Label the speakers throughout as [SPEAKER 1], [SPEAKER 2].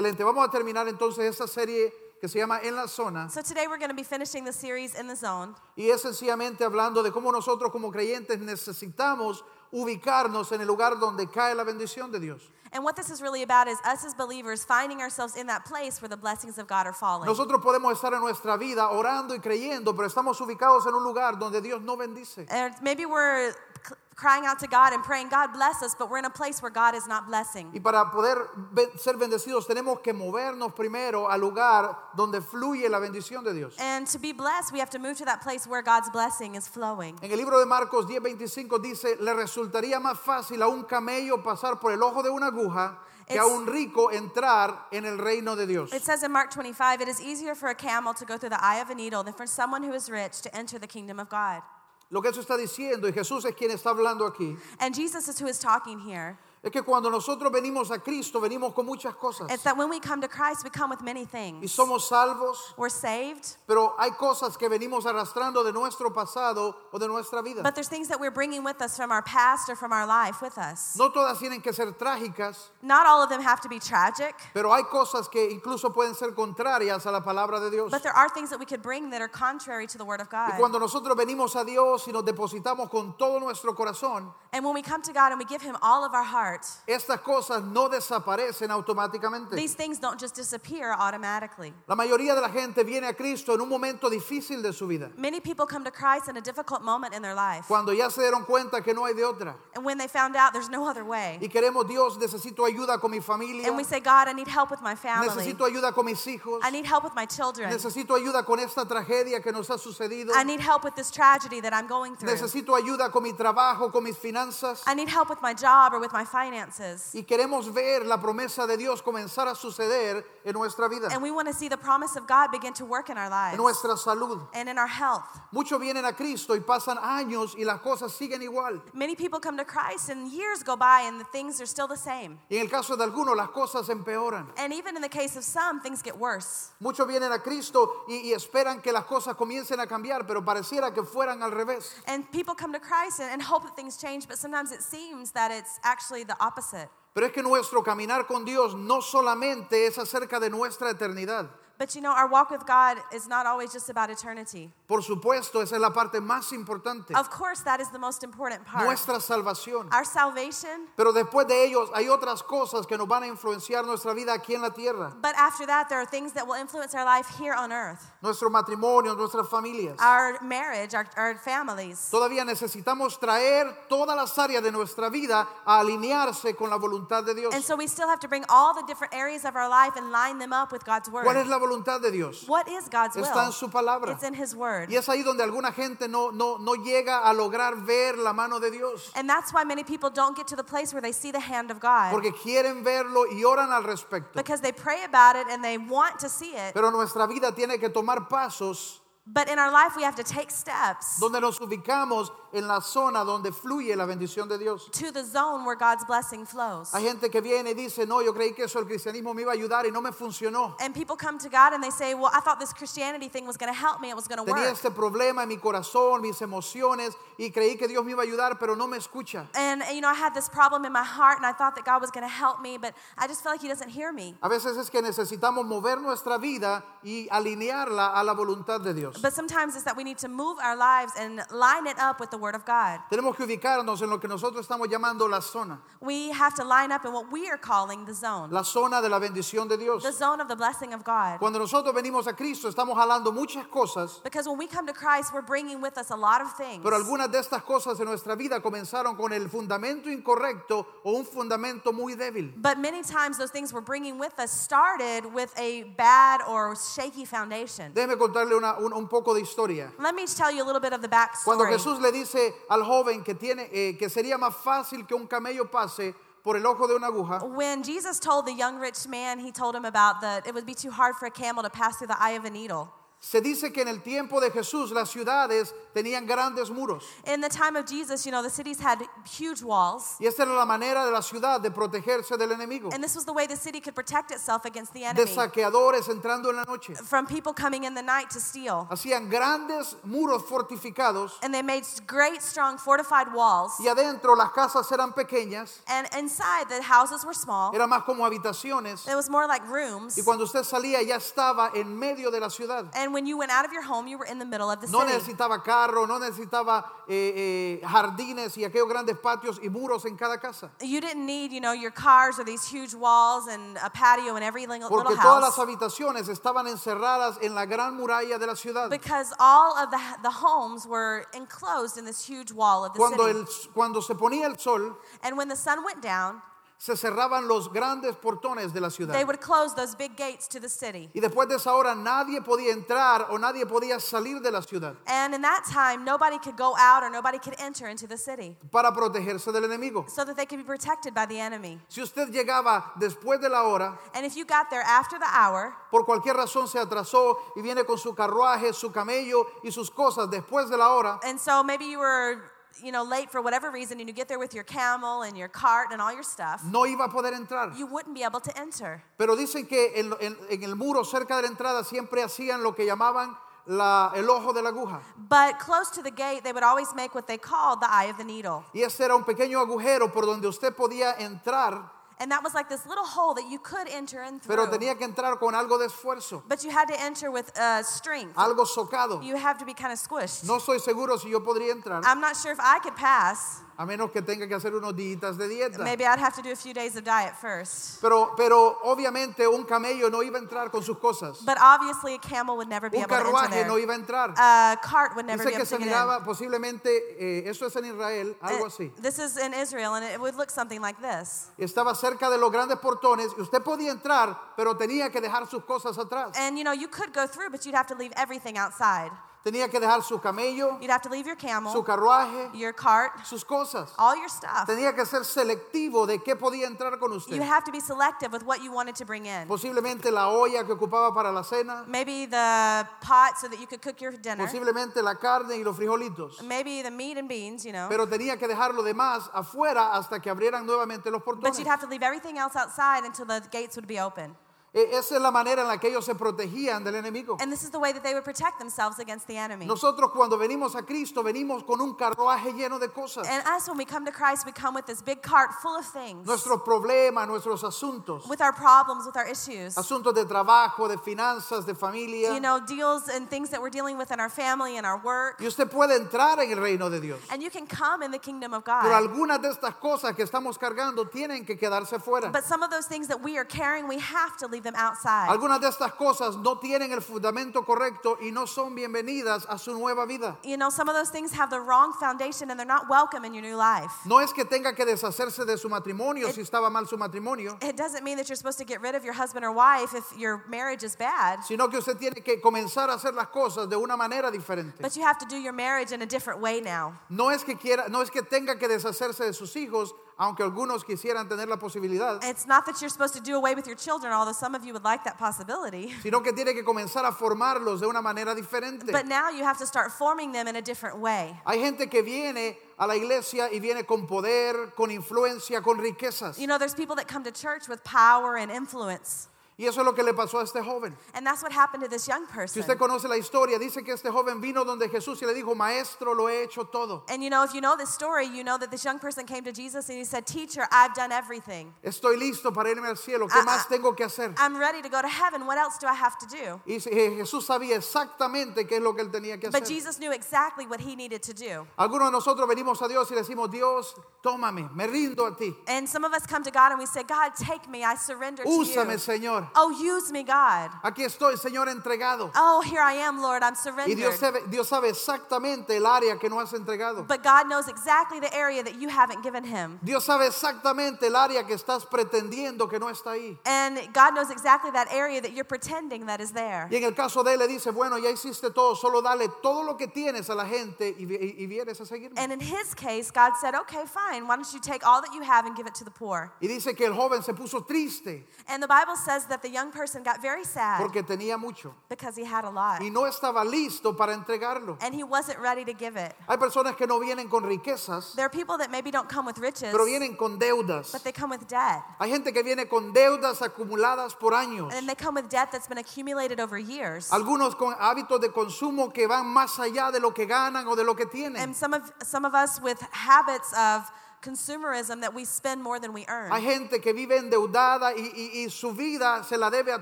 [SPEAKER 1] Excelente. Vamos a terminar entonces esta serie que se llama En la Zona
[SPEAKER 2] So today we're going to be finishing the series in the zone.
[SPEAKER 1] y es sencillamente hablando de cómo nosotros como creyentes necesitamos ubicarnos en el lugar donde cae la bendición de Dios.
[SPEAKER 2] And what this is really about is us as believers finding ourselves in that place where the blessings of God are falling.
[SPEAKER 1] Nosotros podemos estar en nuestra vida orando y creyendo, pero estamos ubicados en un lugar donde Dios no bendice.
[SPEAKER 2] And maybe we're c- crying out to God and praying, God bless us, but we're in a place where God is not blessing.
[SPEAKER 1] Y para poder be- ser bendecidos tenemos que movernos primero al lugar donde fluye la bendición de Dios.
[SPEAKER 2] And to be blessed, we have to move to that place where God's blessing is flowing.
[SPEAKER 1] En el libro de Marcos 10:25 dice, le resultaría más fácil a un camello pasar por el ojo de una aguja que a
[SPEAKER 2] It's-
[SPEAKER 1] un rico entrar en el reino de Dios.
[SPEAKER 2] It says in Mark 25, it is easier for a camel to go through the eye of a needle than for someone who is rich to enter the kingdom of God.
[SPEAKER 1] Lo que eso está diciendo, y Jesús es quien está hablando aquí,
[SPEAKER 2] And Jesus is who is talking here.
[SPEAKER 1] es que cuando nosotros venimos a Cristo, venimos con muchas cosas.
[SPEAKER 2] It's that when we come to Christ, we come with many
[SPEAKER 1] Y
[SPEAKER 2] things.
[SPEAKER 1] somos salvos,
[SPEAKER 2] We're saved,
[SPEAKER 1] pero hay cosas que venimos arrastrando de nuestro pasado o de nuestra vida.
[SPEAKER 2] but there's things that we're bringing with us from our past or from our life with us.
[SPEAKER 1] No todas tienen que ser trágicas,
[SPEAKER 2] Not all of them have to be tragic,
[SPEAKER 1] pero hay cosas que incluso pueden ser contrarias a la palabra de Dios.
[SPEAKER 2] but there are things that we could bring that are contrary to the Word of
[SPEAKER 1] Y
[SPEAKER 2] God.
[SPEAKER 1] cuando nosotros venimos a Dios y nos depositamos con todo nuestro corazón,
[SPEAKER 2] And when we come to God and we give Him all of our heart,
[SPEAKER 1] estas cosas no desaparecen automáticamente.
[SPEAKER 2] these things don't just disappear automatically.
[SPEAKER 1] La mayoría de la gente viene a Cristo en un momento difícil de su vida,
[SPEAKER 2] Many people come to Christ in a difficult moment in their life,
[SPEAKER 1] cuando ya se dieron cuenta que no hay de otra.
[SPEAKER 2] and when they found out there's no other way,
[SPEAKER 1] Y queremos, Dios, necesito ayuda con mi familia,
[SPEAKER 2] and we say, God, I need help with my family,
[SPEAKER 1] necesito ayuda con mis hijos,
[SPEAKER 2] I need help with my children,
[SPEAKER 1] necesito ayuda con esta tragedia que nos ha sucedido,
[SPEAKER 2] I need help with this tragedy that I'm going through.
[SPEAKER 1] necesito ayuda con mi trabajo, con mis finanzas.
[SPEAKER 2] I need help with my job or with my finances.
[SPEAKER 1] Y queremos ver la promesa de Dios comenzar a suceder en nuestra vida,
[SPEAKER 2] And we want to see the promise of God begin to work in our
[SPEAKER 1] en
[SPEAKER 2] lives
[SPEAKER 1] nuestra salud.
[SPEAKER 2] and in our health.
[SPEAKER 1] Muchos vienen a Cristo y pasan años y las cosas siguen igual.
[SPEAKER 2] Many people come to Christ and years go by and the things are still the same.
[SPEAKER 1] Y en el caso de algunos las cosas empeoran.
[SPEAKER 2] And even in the case of some, things get worse.
[SPEAKER 1] Muchos vienen a Cristo y, y esperan que las cosas comiencen a cambiar, pero pareciera que fueran al revés.
[SPEAKER 2] And people come to Christ and, and hope that things change, but sometimes it seems that it's actually the opposite.
[SPEAKER 1] Pero es que nuestro caminar con Dios no solamente es acerca de nuestra eternidad.
[SPEAKER 2] But you know, our walk with God is not always just about eternity.
[SPEAKER 1] Por supuesto, esa es la parte más importante,
[SPEAKER 2] Of course, that is the most important part.
[SPEAKER 1] nuestra salvación.
[SPEAKER 2] Our salvation,
[SPEAKER 1] Pero después de ellos hay otras cosas que nos van a influenciar nuestra vida aquí en la tierra.
[SPEAKER 2] but after that, there are things that will influence our life here on earth.
[SPEAKER 1] Nuestro matrimonio, nuestras familias.
[SPEAKER 2] our marriage, our, our families.
[SPEAKER 1] Todavía necesitamos traer todas las áreas de nuestra vida a alinearse con la voluntad de Dios.
[SPEAKER 2] And so we still have to bring all the different areas of our life and line them up with God's
[SPEAKER 1] ¿Cuál es
[SPEAKER 2] word.
[SPEAKER 1] la voluntad de Dios?
[SPEAKER 2] What is God's
[SPEAKER 1] Está en
[SPEAKER 2] will?
[SPEAKER 1] su palabra.
[SPEAKER 2] It's in His word.
[SPEAKER 1] Y es ahí donde alguna gente no, no, no llega a lograr ver la mano de Dios.
[SPEAKER 2] And that's why many people don't get to the place where they see the hand of God
[SPEAKER 1] Porque quieren verlo y oran al respecto.
[SPEAKER 2] because they pray about it and they want to see it.
[SPEAKER 1] Pero nuestra vida tiene que tomar pasos
[SPEAKER 2] But in our life, we have to take steps
[SPEAKER 1] donde nos ubicamos en la zona donde fluye la bendición de Dios.
[SPEAKER 2] to the zone where God's blessing flows.
[SPEAKER 1] Hay gente que viene y dice, no, yo creí que eso el cristianismo me iba a ayudar y no me funcionó.
[SPEAKER 2] And people come to God and they say, Well, I thought this Christianity thing was going to help me, it was going to
[SPEAKER 1] Tenía
[SPEAKER 2] work.
[SPEAKER 1] este problema en mi corazón, mis emociones, y creí que Dios me iba a ayudar, pero no me escucha.
[SPEAKER 2] And, and, you know, I had this problem in my heart and I thought that God was going to help me, but I just feel like He doesn't hear me.
[SPEAKER 1] A veces es que necesitamos mover nuestra vida y alinearla a la voluntad de Dios.
[SPEAKER 2] But sometimes it's that we need to move our lives and line it up with the Word of God.
[SPEAKER 1] Tenemos que ubicarnos en lo que nosotros estamos llamando la zona,
[SPEAKER 2] We have to line up in what we are calling the zone,
[SPEAKER 1] la zona de la bendición de Dios.
[SPEAKER 2] the zone of the blessing of God.
[SPEAKER 1] Cuando nosotros venimos a Cristo estamos jalando muchas cosas,
[SPEAKER 2] Because when we come to Christ, we're bringing with us a lot of things.
[SPEAKER 1] pero algunas de estas cosas en nuestra vida comenzaron con el fundamento incorrecto o un fundamento muy débil.
[SPEAKER 2] But many times, those things we're bringing with us started with a bad or shaky foundation.
[SPEAKER 1] Déjeme contarle una- un, un poco de historia.
[SPEAKER 2] Let me tell you a little bit of the
[SPEAKER 1] Cuando
[SPEAKER 2] backstory.
[SPEAKER 1] Jesús le dice al joven que tiene eh, que sería más fácil que un camello pase por el ojo de una aguja,
[SPEAKER 2] When Jesus told the young rich man, he told him about that it would be too hard for a camel to pass through the eye of a needle.
[SPEAKER 1] se dice que en el tiempo de Jesús las ciudades tenían grandes muros.
[SPEAKER 2] In the time of Jesus, you know, the cities had huge walls.
[SPEAKER 1] Y esa era la manera de la ciudad de protegerse del enemigo,
[SPEAKER 2] And this was the way the city could protect itself against the
[SPEAKER 1] de
[SPEAKER 2] enemy
[SPEAKER 1] saqueadores entrando en la noche.
[SPEAKER 2] from people coming in the night to steal.
[SPEAKER 1] Hacían grandes muros fortificados
[SPEAKER 2] And they made s- great, strong, fortified walls.
[SPEAKER 1] y adentro las casas eran pequeñas,
[SPEAKER 2] And inside, the houses were small.
[SPEAKER 1] eran más como habitaciones.
[SPEAKER 2] It was more like rooms.
[SPEAKER 1] Y cuando usted salía ya estaba en medio de la ciudad.
[SPEAKER 2] And when you went out of your home, you were in the middle of the
[SPEAKER 1] No
[SPEAKER 2] city.
[SPEAKER 1] necesitaba carro, no necesitaba eh, eh, jardines y aquellos grandes patios y muros en cada casa.
[SPEAKER 2] You didn't need, you know, your cars or these huge walls and a patio and every little
[SPEAKER 1] Porque
[SPEAKER 2] little
[SPEAKER 1] todas las
[SPEAKER 2] house.
[SPEAKER 1] habitaciones estaban encerradas en la gran muralla de la ciudad.
[SPEAKER 2] Because all of the, the homes were enclosed in this huge wall of the
[SPEAKER 1] Cuando,
[SPEAKER 2] city.
[SPEAKER 1] el- cuando se ponía el sol,
[SPEAKER 2] And when the sun went down,
[SPEAKER 1] se cerraban los grandes portones de la
[SPEAKER 2] they
[SPEAKER 1] ciudad.
[SPEAKER 2] would close those big gates to the city.
[SPEAKER 1] Y después de esa hora nadie podía entrar o nadie podía salir de la ciudad
[SPEAKER 2] And in that time, nobody could go out or nobody could enter into the city
[SPEAKER 1] para protegerse del enemigo.
[SPEAKER 2] so that they could be protected by the enemy.
[SPEAKER 1] Si usted llegaba después de la hora,
[SPEAKER 2] And if you got there after the hour
[SPEAKER 1] por cualquier razón se atrasó y viene con su carruaje, su camello y sus cosas después de la hora,
[SPEAKER 2] And so maybe you were, you know, late for whatever reason, and you get there with your camel and your cart and all your stuff.
[SPEAKER 1] no iba a poder entrar.
[SPEAKER 2] You wouldn't be able to enter.
[SPEAKER 1] Pero dicen que en, en- en el muro cerca de la entrada siempre hacían lo que llamaban la- el ojo de la aguja.
[SPEAKER 2] But close to the gate, they would always make what they called the eye of the needle.
[SPEAKER 1] Y ese era un pequeño agujero por donde usted podía entrar,
[SPEAKER 2] And that was like this little hole that you could enter in through.
[SPEAKER 1] pero tenía que entrar con algo de esfuerzo,
[SPEAKER 2] But you had to enter with uh, strength.
[SPEAKER 1] algo socado.
[SPEAKER 2] You have to be kind of squished.
[SPEAKER 1] No estoy seguro si yo podría entrar,
[SPEAKER 2] I'm not sure if I could pass.
[SPEAKER 1] a menos que tenga que hacer unos días de dieta.
[SPEAKER 2] Maybe I'd have to do a few days of diet first.
[SPEAKER 1] Pero, pero obviamente un camello no iba a entrar con sus cosas.
[SPEAKER 2] But obviously, a camel would never be
[SPEAKER 1] Un
[SPEAKER 2] able to enter
[SPEAKER 1] carruaje
[SPEAKER 2] there.
[SPEAKER 1] no iba a entrar.
[SPEAKER 2] A cart would never
[SPEAKER 1] Dice
[SPEAKER 2] be able
[SPEAKER 1] que
[SPEAKER 2] to
[SPEAKER 1] se
[SPEAKER 2] get in.
[SPEAKER 1] miraba posiblemente, eh, eso es en Israel, algo
[SPEAKER 2] Uh,
[SPEAKER 1] así.
[SPEAKER 2] This is in Israel, and it would look something like this.
[SPEAKER 1] Estaba cerca de los grandes portones y usted podía entrar, pero tenía que dejar sus cosas atrás.
[SPEAKER 2] And you know, you could go through, but you'd have to leave everything outside.
[SPEAKER 1] Tenía que dejar su camello,
[SPEAKER 2] You'd have to leave your
[SPEAKER 1] su
[SPEAKER 2] camel,
[SPEAKER 1] carruaje,
[SPEAKER 2] your cart,
[SPEAKER 1] sus cosas.
[SPEAKER 2] all your stuff.
[SPEAKER 1] Tenía que ser selectivo de qué podía entrar con
[SPEAKER 2] You
[SPEAKER 1] usted.
[SPEAKER 2] have to be selective with what you wanted to bring in.
[SPEAKER 1] Posiblemente la olla que ocupaba para la cena,
[SPEAKER 2] Maybe the pot so that you could cook your dinner.
[SPEAKER 1] posiblemente la carne y los frijolitos.
[SPEAKER 2] Maybe the meat and beans, you know.
[SPEAKER 1] Pero tenía que dejar lo demás afuera hasta que abrieran nuevamente los
[SPEAKER 2] But
[SPEAKER 1] portones.
[SPEAKER 2] you'd have to leave everything else outside until the gates would be open.
[SPEAKER 1] E- Esa es la manera en la que ellos se protegían del enemigo.
[SPEAKER 2] And this is the way that they would protect themselves against the enemy.
[SPEAKER 1] Nosotros cuando venimos a Cristo venimos con un carruaje lleno de cosas.
[SPEAKER 2] And us, when we come to Christ, we come with this big cart full of things
[SPEAKER 1] Nuestros problemas, nuestros asuntos.
[SPEAKER 2] with our problems, with our issues.
[SPEAKER 1] Asuntos de trabajo, de finanzas, de
[SPEAKER 2] you
[SPEAKER 1] familia.
[SPEAKER 2] know, deals and things that we're dealing with in our family and our work.
[SPEAKER 1] Y usted puede entrar en el reino de Dios.
[SPEAKER 2] And you can come in the kingdom of
[SPEAKER 1] Pero
[SPEAKER 2] God.
[SPEAKER 1] algunas de estas cosas que estamos cargando tienen que quedarse fuera.
[SPEAKER 2] But some of those things that we are carrying, we have to leave them outside.
[SPEAKER 1] Algunas de estas cosas no tienen el fundamento correcto y no son bienvenidas a su nueva vida.
[SPEAKER 2] You know, some of those things have the wrong foundation and they're not welcome in your new life.
[SPEAKER 1] No es que tenga que deshacerse de su matrimonio si estaba mal su matrimonio,
[SPEAKER 2] It doesn't mean that you're supposed to get rid of your husband or wife if your marriage is bad,
[SPEAKER 1] sino que usted tiene que comenzar a hacer las cosas de una manera diferente.
[SPEAKER 2] but you have to do your marriage in a different way now.
[SPEAKER 1] No es que quiera, no es que tenga que deshacerse de sus hijos, aunque algunos quisieran tener la posibilidad,
[SPEAKER 2] It's not that you're supposed to do away with your children, although some of you would like that possibility.
[SPEAKER 1] sino que tiene que comenzar a formarlos de una manera diferente.
[SPEAKER 2] But now you have to start forming them in a different way.
[SPEAKER 1] Hay gente que viene a la iglesia y viene con poder, con influencia, con riquezas.
[SPEAKER 2] You know, there's people that come to church with power and influence.
[SPEAKER 1] Y eso es lo que le pasó a este joven.
[SPEAKER 2] And that's what happened to this young
[SPEAKER 1] Si
[SPEAKER 2] person.
[SPEAKER 1] usted conoce la historia, dice que este joven vino donde Jesús y le dijo, maestro, lo he hecho todo.
[SPEAKER 2] And you know, if you know this story, you know that this young person came to Jesus and he said, Teacher, I've done everything.
[SPEAKER 1] Estoy listo para irme al cielo. ¿Qué
[SPEAKER 2] Ah,
[SPEAKER 1] más
[SPEAKER 2] ah.
[SPEAKER 1] tengo que hacer?
[SPEAKER 2] I'm ready to go to heaven. What else do I have to do?
[SPEAKER 1] Y si- eh, Jesús sabía exactamente qué es lo que él tenía que
[SPEAKER 2] But
[SPEAKER 1] hacer.
[SPEAKER 2] Jesus knew exactly what he needed to do.
[SPEAKER 1] Algunos de nosotros venimos a Dios y le decimos, Dios, tómame, me rindo a ti.
[SPEAKER 2] And some of us come to God and we say, God, take me. I surrender to
[SPEAKER 1] Úsame,
[SPEAKER 2] you.
[SPEAKER 1] Señor.
[SPEAKER 2] Oh, use me, God.
[SPEAKER 1] Aquí estoy, Señor, entregado.
[SPEAKER 2] Oh, here I am, Lord. I'm
[SPEAKER 1] Y Dios
[SPEAKER 2] surrendered.
[SPEAKER 1] sabe, Dios sabe exactamente el área que no has entregado.
[SPEAKER 2] But God knows exactly the area that you haven't given him.
[SPEAKER 1] Dios sabe exactamente el área que estás pretendiendo que no está ahí.
[SPEAKER 2] And God knows exactly that area that you're pretending that is there.
[SPEAKER 1] Y en el caso de él le dice, bueno, ya hiciste todo, solo dale todo lo que tienes a la gente y, vi- y- y vienes a seguirme.
[SPEAKER 2] And in his case, God said, Okay, fine. Why don't you take all that you have and give it to the poor?
[SPEAKER 1] Y dice que el joven se puso triste
[SPEAKER 2] And the Bible says the that the young person got very sad
[SPEAKER 1] porque tenía mucho
[SPEAKER 2] because he had a lot
[SPEAKER 1] y no estaba listo para entregarlo.
[SPEAKER 2] Ah. and he wasn't ready to give it.
[SPEAKER 1] Hay personas que no vienen con riquezas,
[SPEAKER 2] There are people that maybe don't come with riches,
[SPEAKER 1] pero vienen con deudas.
[SPEAKER 2] but they come with debt.
[SPEAKER 1] Hay gente que viene con deudas acumuladas por años.
[SPEAKER 2] And then they come with debt that's been accumulated over years.
[SPEAKER 1] Algunos con hábitos de consumo que van más allá de lo que ganan o de lo que tienen.
[SPEAKER 2] And some of some of us with habits of consumerism that we spend more than we earn.
[SPEAKER 1] Hay gente que vive endeudada y, y- y su vida se la debe a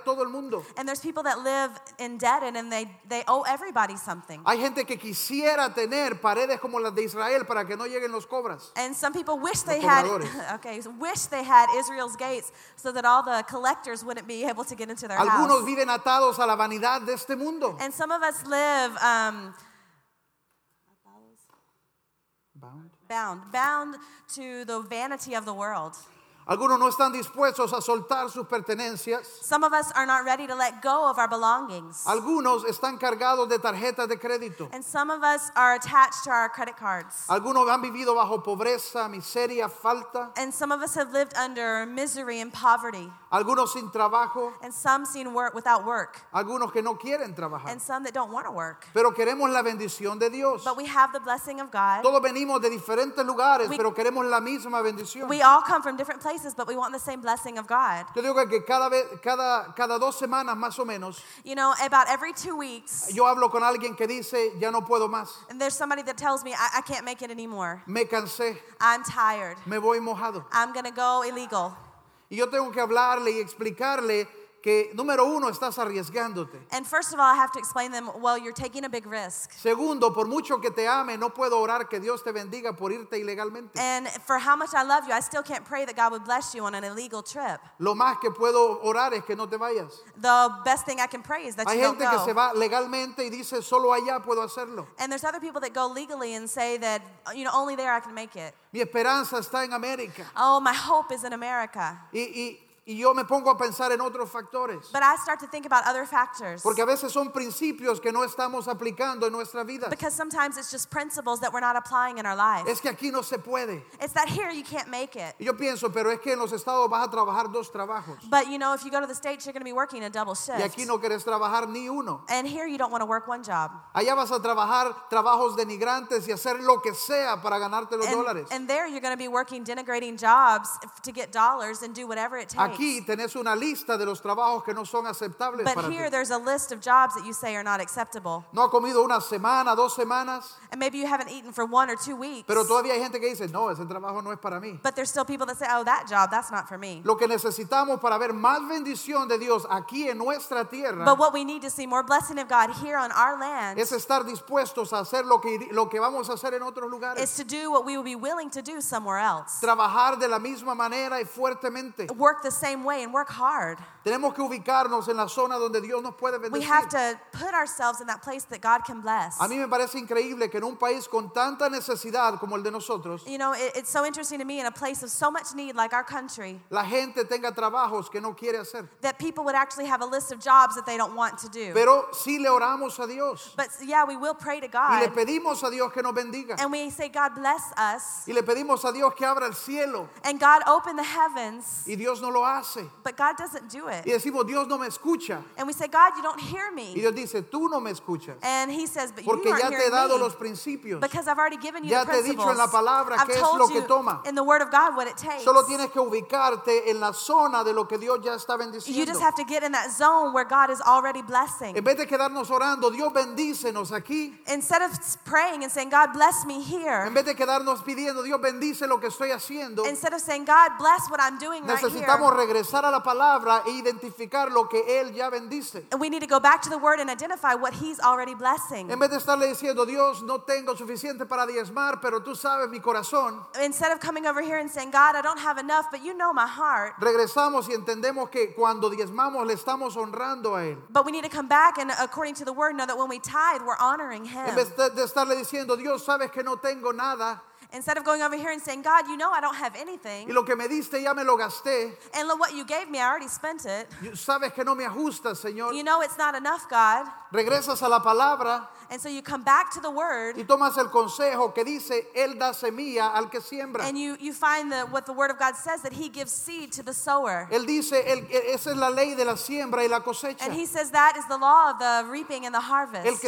[SPEAKER 1] todo el mundo.
[SPEAKER 2] and there's people that live indebted and they, they owe everybody something.
[SPEAKER 1] Hay gente que quisiera tener paredes como las de Israel para que no lleguen los cobras.
[SPEAKER 2] and some people wish they
[SPEAKER 1] Los
[SPEAKER 2] had
[SPEAKER 1] cobradores.
[SPEAKER 2] okay, so wish they had Israel's gates so that all the collectors wouldn't be able to get into their
[SPEAKER 1] Algunos
[SPEAKER 2] house.
[SPEAKER 1] viven atados a la vanidad de este mundo.
[SPEAKER 2] And some of us live um, bound, bound to the vanity of the world.
[SPEAKER 1] Algunos no están dispuestos a soltar sus pertenencias.
[SPEAKER 2] Some of us are not ready to let go of our belongings.
[SPEAKER 1] Algunos están cargados de tarjetas de crédito.
[SPEAKER 2] And some of us are attached to our credit cards.
[SPEAKER 1] Algunos han vivido bajo pobreza, miseria, falta.
[SPEAKER 2] And some of us have lived under misery and poverty.
[SPEAKER 1] Algunos sin trabajo.
[SPEAKER 2] And some seen work without work.
[SPEAKER 1] Algunos que no quieren trabajar.
[SPEAKER 2] And some that don't want to work.
[SPEAKER 1] Pero queremos la bendición de Dios.
[SPEAKER 2] But we have the blessing of God.
[SPEAKER 1] Todos venimos de diferentes lugares,
[SPEAKER 2] We-
[SPEAKER 1] pero queremos la misma bendición.
[SPEAKER 2] We all come from different places, but we want the same blessing of God.
[SPEAKER 1] Yo digo que- que cada, vez, cada, cada dos semanas más o menos,
[SPEAKER 2] You know, about every two weeks,
[SPEAKER 1] yo hablo con alguien que dice, ya no puedo más,
[SPEAKER 2] and there's somebody that tells me, I, I can't make it anymore.
[SPEAKER 1] me cansé,
[SPEAKER 2] I'm tired.
[SPEAKER 1] me voy mojado.
[SPEAKER 2] I'm going to go illegal.
[SPEAKER 1] Y yo tengo que hablarle y explicarle que, número uno, estás arriesgándote.
[SPEAKER 2] And first of all, I have to explain them, well, you're taking a big risk.
[SPEAKER 1] Segundo, por mucho que te ame, no puedo orar que Dios te bendiga por irte ilegalmente.
[SPEAKER 2] And for how much I love you, I still can't pray that God would bless you on an illegal trip.
[SPEAKER 1] Lo más que puedo orar es que no te vayas.
[SPEAKER 2] The best thing I can pray is that
[SPEAKER 1] Hay
[SPEAKER 2] you don't
[SPEAKER 1] gente que se
[SPEAKER 2] go.
[SPEAKER 1] va legalmente y dice, solo allá puedo hacerlo.
[SPEAKER 2] And there's other people that go legally and say that, you know, only there I can make it.
[SPEAKER 1] Mi esperanza está en América.
[SPEAKER 2] Oh, my hope is in America.
[SPEAKER 1] Y, y- y yo me pongo a pensar en otros factores.
[SPEAKER 2] But I start to think about other factors.
[SPEAKER 1] Porque a veces son principios que no estamos aplicando en nuestra vida.
[SPEAKER 2] Because sometimes it's just principles that we're not applying in our life.
[SPEAKER 1] Es que aquí no se puede.
[SPEAKER 2] It's that here you can't make it.
[SPEAKER 1] Y yo pienso, pero es que en los estados vas a trabajar dos trabajos.
[SPEAKER 2] But you know, if you go to the States, you're going to be working a double
[SPEAKER 1] Y aquí
[SPEAKER 2] shift.
[SPEAKER 1] no querés trabajar ni uno.
[SPEAKER 2] And here you don't want to work one job.
[SPEAKER 1] Allá vas a trabajar trabajos denigrantes y hacer lo que sea para ganarte los
[SPEAKER 2] And,
[SPEAKER 1] dólares.
[SPEAKER 2] and there you're going to be working denigrating jobs f- to get dollars and do whatever it takes.
[SPEAKER 1] Aquí tenés una lista de los trabajos que no son aceptables para
[SPEAKER 2] But
[SPEAKER 1] ti.
[SPEAKER 2] here, there's a list of jobs that you say are not acceptable.
[SPEAKER 1] No ha comido una semana, dos semanas,
[SPEAKER 2] And maybe you haven't eaten for one or two weeks.
[SPEAKER 1] pero todavía hay gente que dice, no, ese trabajo no es para mí.
[SPEAKER 2] But there's still people that say, oh, that job, that's not for me.
[SPEAKER 1] Lo que necesitamos para ver más bendición de Dios aquí en nuestra tierra
[SPEAKER 2] But what we need to see more blessing of God here on our land
[SPEAKER 1] es estar dispuestos a hacer lo que, iri- lo que vamos a hacer en otros lugares.
[SPEAKER 2] is to do what we would be willing to do somewhere else.
[SPEAKER 1] Trabajar de la misma manera y fuertemente.
[SPEAKER 2] Work the same way and work hard.
[SPEAKER 1] Tenemos que ubicarnos en la zona donde Dios nos puede
[SPEAKER 2] We
[SPEAKER 1] bendecir.
[SPEAKER 2] have to put ourselves in that place that God can bless.
[SPEAKER 1] A mí me parece increíble que en un país con tanta necesidad como el de nosotros,
[SPEAKER 2] You know, it, it's so interesting to me in a place of so much need like our country
[SPEAKER 1] la gente tenga trabajos que no quiere hacer.
[SPEAKER 2] that people would actually have a list of jobs that they don't want to do.
[SPEAKER 1] Pero si le oramos a Dios
[SPEAKER 2] But yeah, we will pray to
[SPEAKER 1] y le
[SPEAKER 2] God
[SPEAKER 1] pedimos a Dios que nos bendiga
[SPEAKER 2] and we say, God bless us.
[SPEAKER 1] y le pedimos a Dios que abra el cielo
[SPEAKER 2] And God open the heavens,
[SPEAKER 1] y Dios no lo hace.
[SPEAKER 2] but God doesn't do
[SPEAKER 1] Y
[SPEAKER 2] it.
[SPEAKER 1] decimos, Dios no me escucha.
[SPEAKER 2] And we say, God, you don't hear
[SPEAKER 1] Y
[SPEAKER 2] me.
[SPEAKER 1] Dios dice, tú no me escuchas.
[SPEAKER 2] And He says, But Eh, you
[SPEAKER 1] Porque ya
[SPEAKER 2] aren't
[SPEAKER 1] te he dado
[SPEAKER 2] hearing me.
[SPEAKER 1] los principios.
[SPEAKER 2] Because I've already given you
[SPEAKER 1] Ya
[SPEAKER 2] the
[SPEAKER 1] te he dicho
[SPEAKER 2] principles.
[SPEAKER 1] en la palabra
[SPEAKER 2] I've
[SPEAKER 1] qué es
[SPEAKER 2] told
[SPEAKER 1] lo que
[SPEAKER 2] you
[SPEAKER 1] toma.
[SPEAKER 2] in the Word of God what it takes.
[SPEAKER 1] Solo tienes que ubicarte en la zona de lo que Dios ya está
[SPEAKER 2] you
[SPEAKER 1] bendiciendo.
[SPEAKER 2] just have to get in that zone where God is already blessing.
[SPEAKER 1] En vez de quedarnos orando, Dios bendícenos aquí.
[SPEAKER 2] Instead of s- praying and saying, God bless me
[SPEAKER 1] En
[SPEAKER 2] here,
[SPEAKER 1] vez de quedarnos pidiendo, Dios bendice lo que estoy haciendo.
[SPEAKER 2] instead of saying, God bless what I'm doing right
[SPEAKER 1] Necesitamos
[SPEAKER 2] here,
[SPEAKER 1] regresar a la palabra e identificar lo que Él ya bendice.
[SPEAKER 2] and we need to go back to the Word and identify what He's already blessing.
[SPEAKER 1] En vez de estarle diciendo, Dios, no tengo suficiente para diezmar, pero tú sabes mi corazón,
[SPEAKER 2] Instead of coming over here and saying, God, I don't have enough, but you know my heart.
[SPEAKER 1] regresamos y entendemos que cuando diezmamos le estamos honrando a Él.
[SPEAKER 2] But we need to come back and, according to the Word, know that when we tithe, we're honoring Him.
[SPEAKER 1] En vez de, de estarle diciendo, Dios, sabes que no tengo nada,
[SPEAKER 2] Instead of going over here and saying, God, you know I don't have anything,
[SPEAKER 1] Y lo que me diste ya me lo gasté.
[SPEAKER 2] and look what you gave me, I already spent it.
[SPEAKER 1] Yo- Sabes que no me ajustas, Señor.
[SPEAKER 2] You know it's not enough, God.
[SPEAKER 1] Regresas a la palabra
[SPEAKER 2] And so you come back to the word
[SPEAKER 1] y tomas el consejo que dice, Él da semilla al que siembra.
[SPEAKER 2] and you, you find that what the word of God says that he gives seed to the sower.
[SPEAKER 1] Él dice, "El- e- esa es la ley de la siembra y la cosecha.
[SPEAKER 2] And he says that is the law of the reaping and the
[SPEAKER 1] El que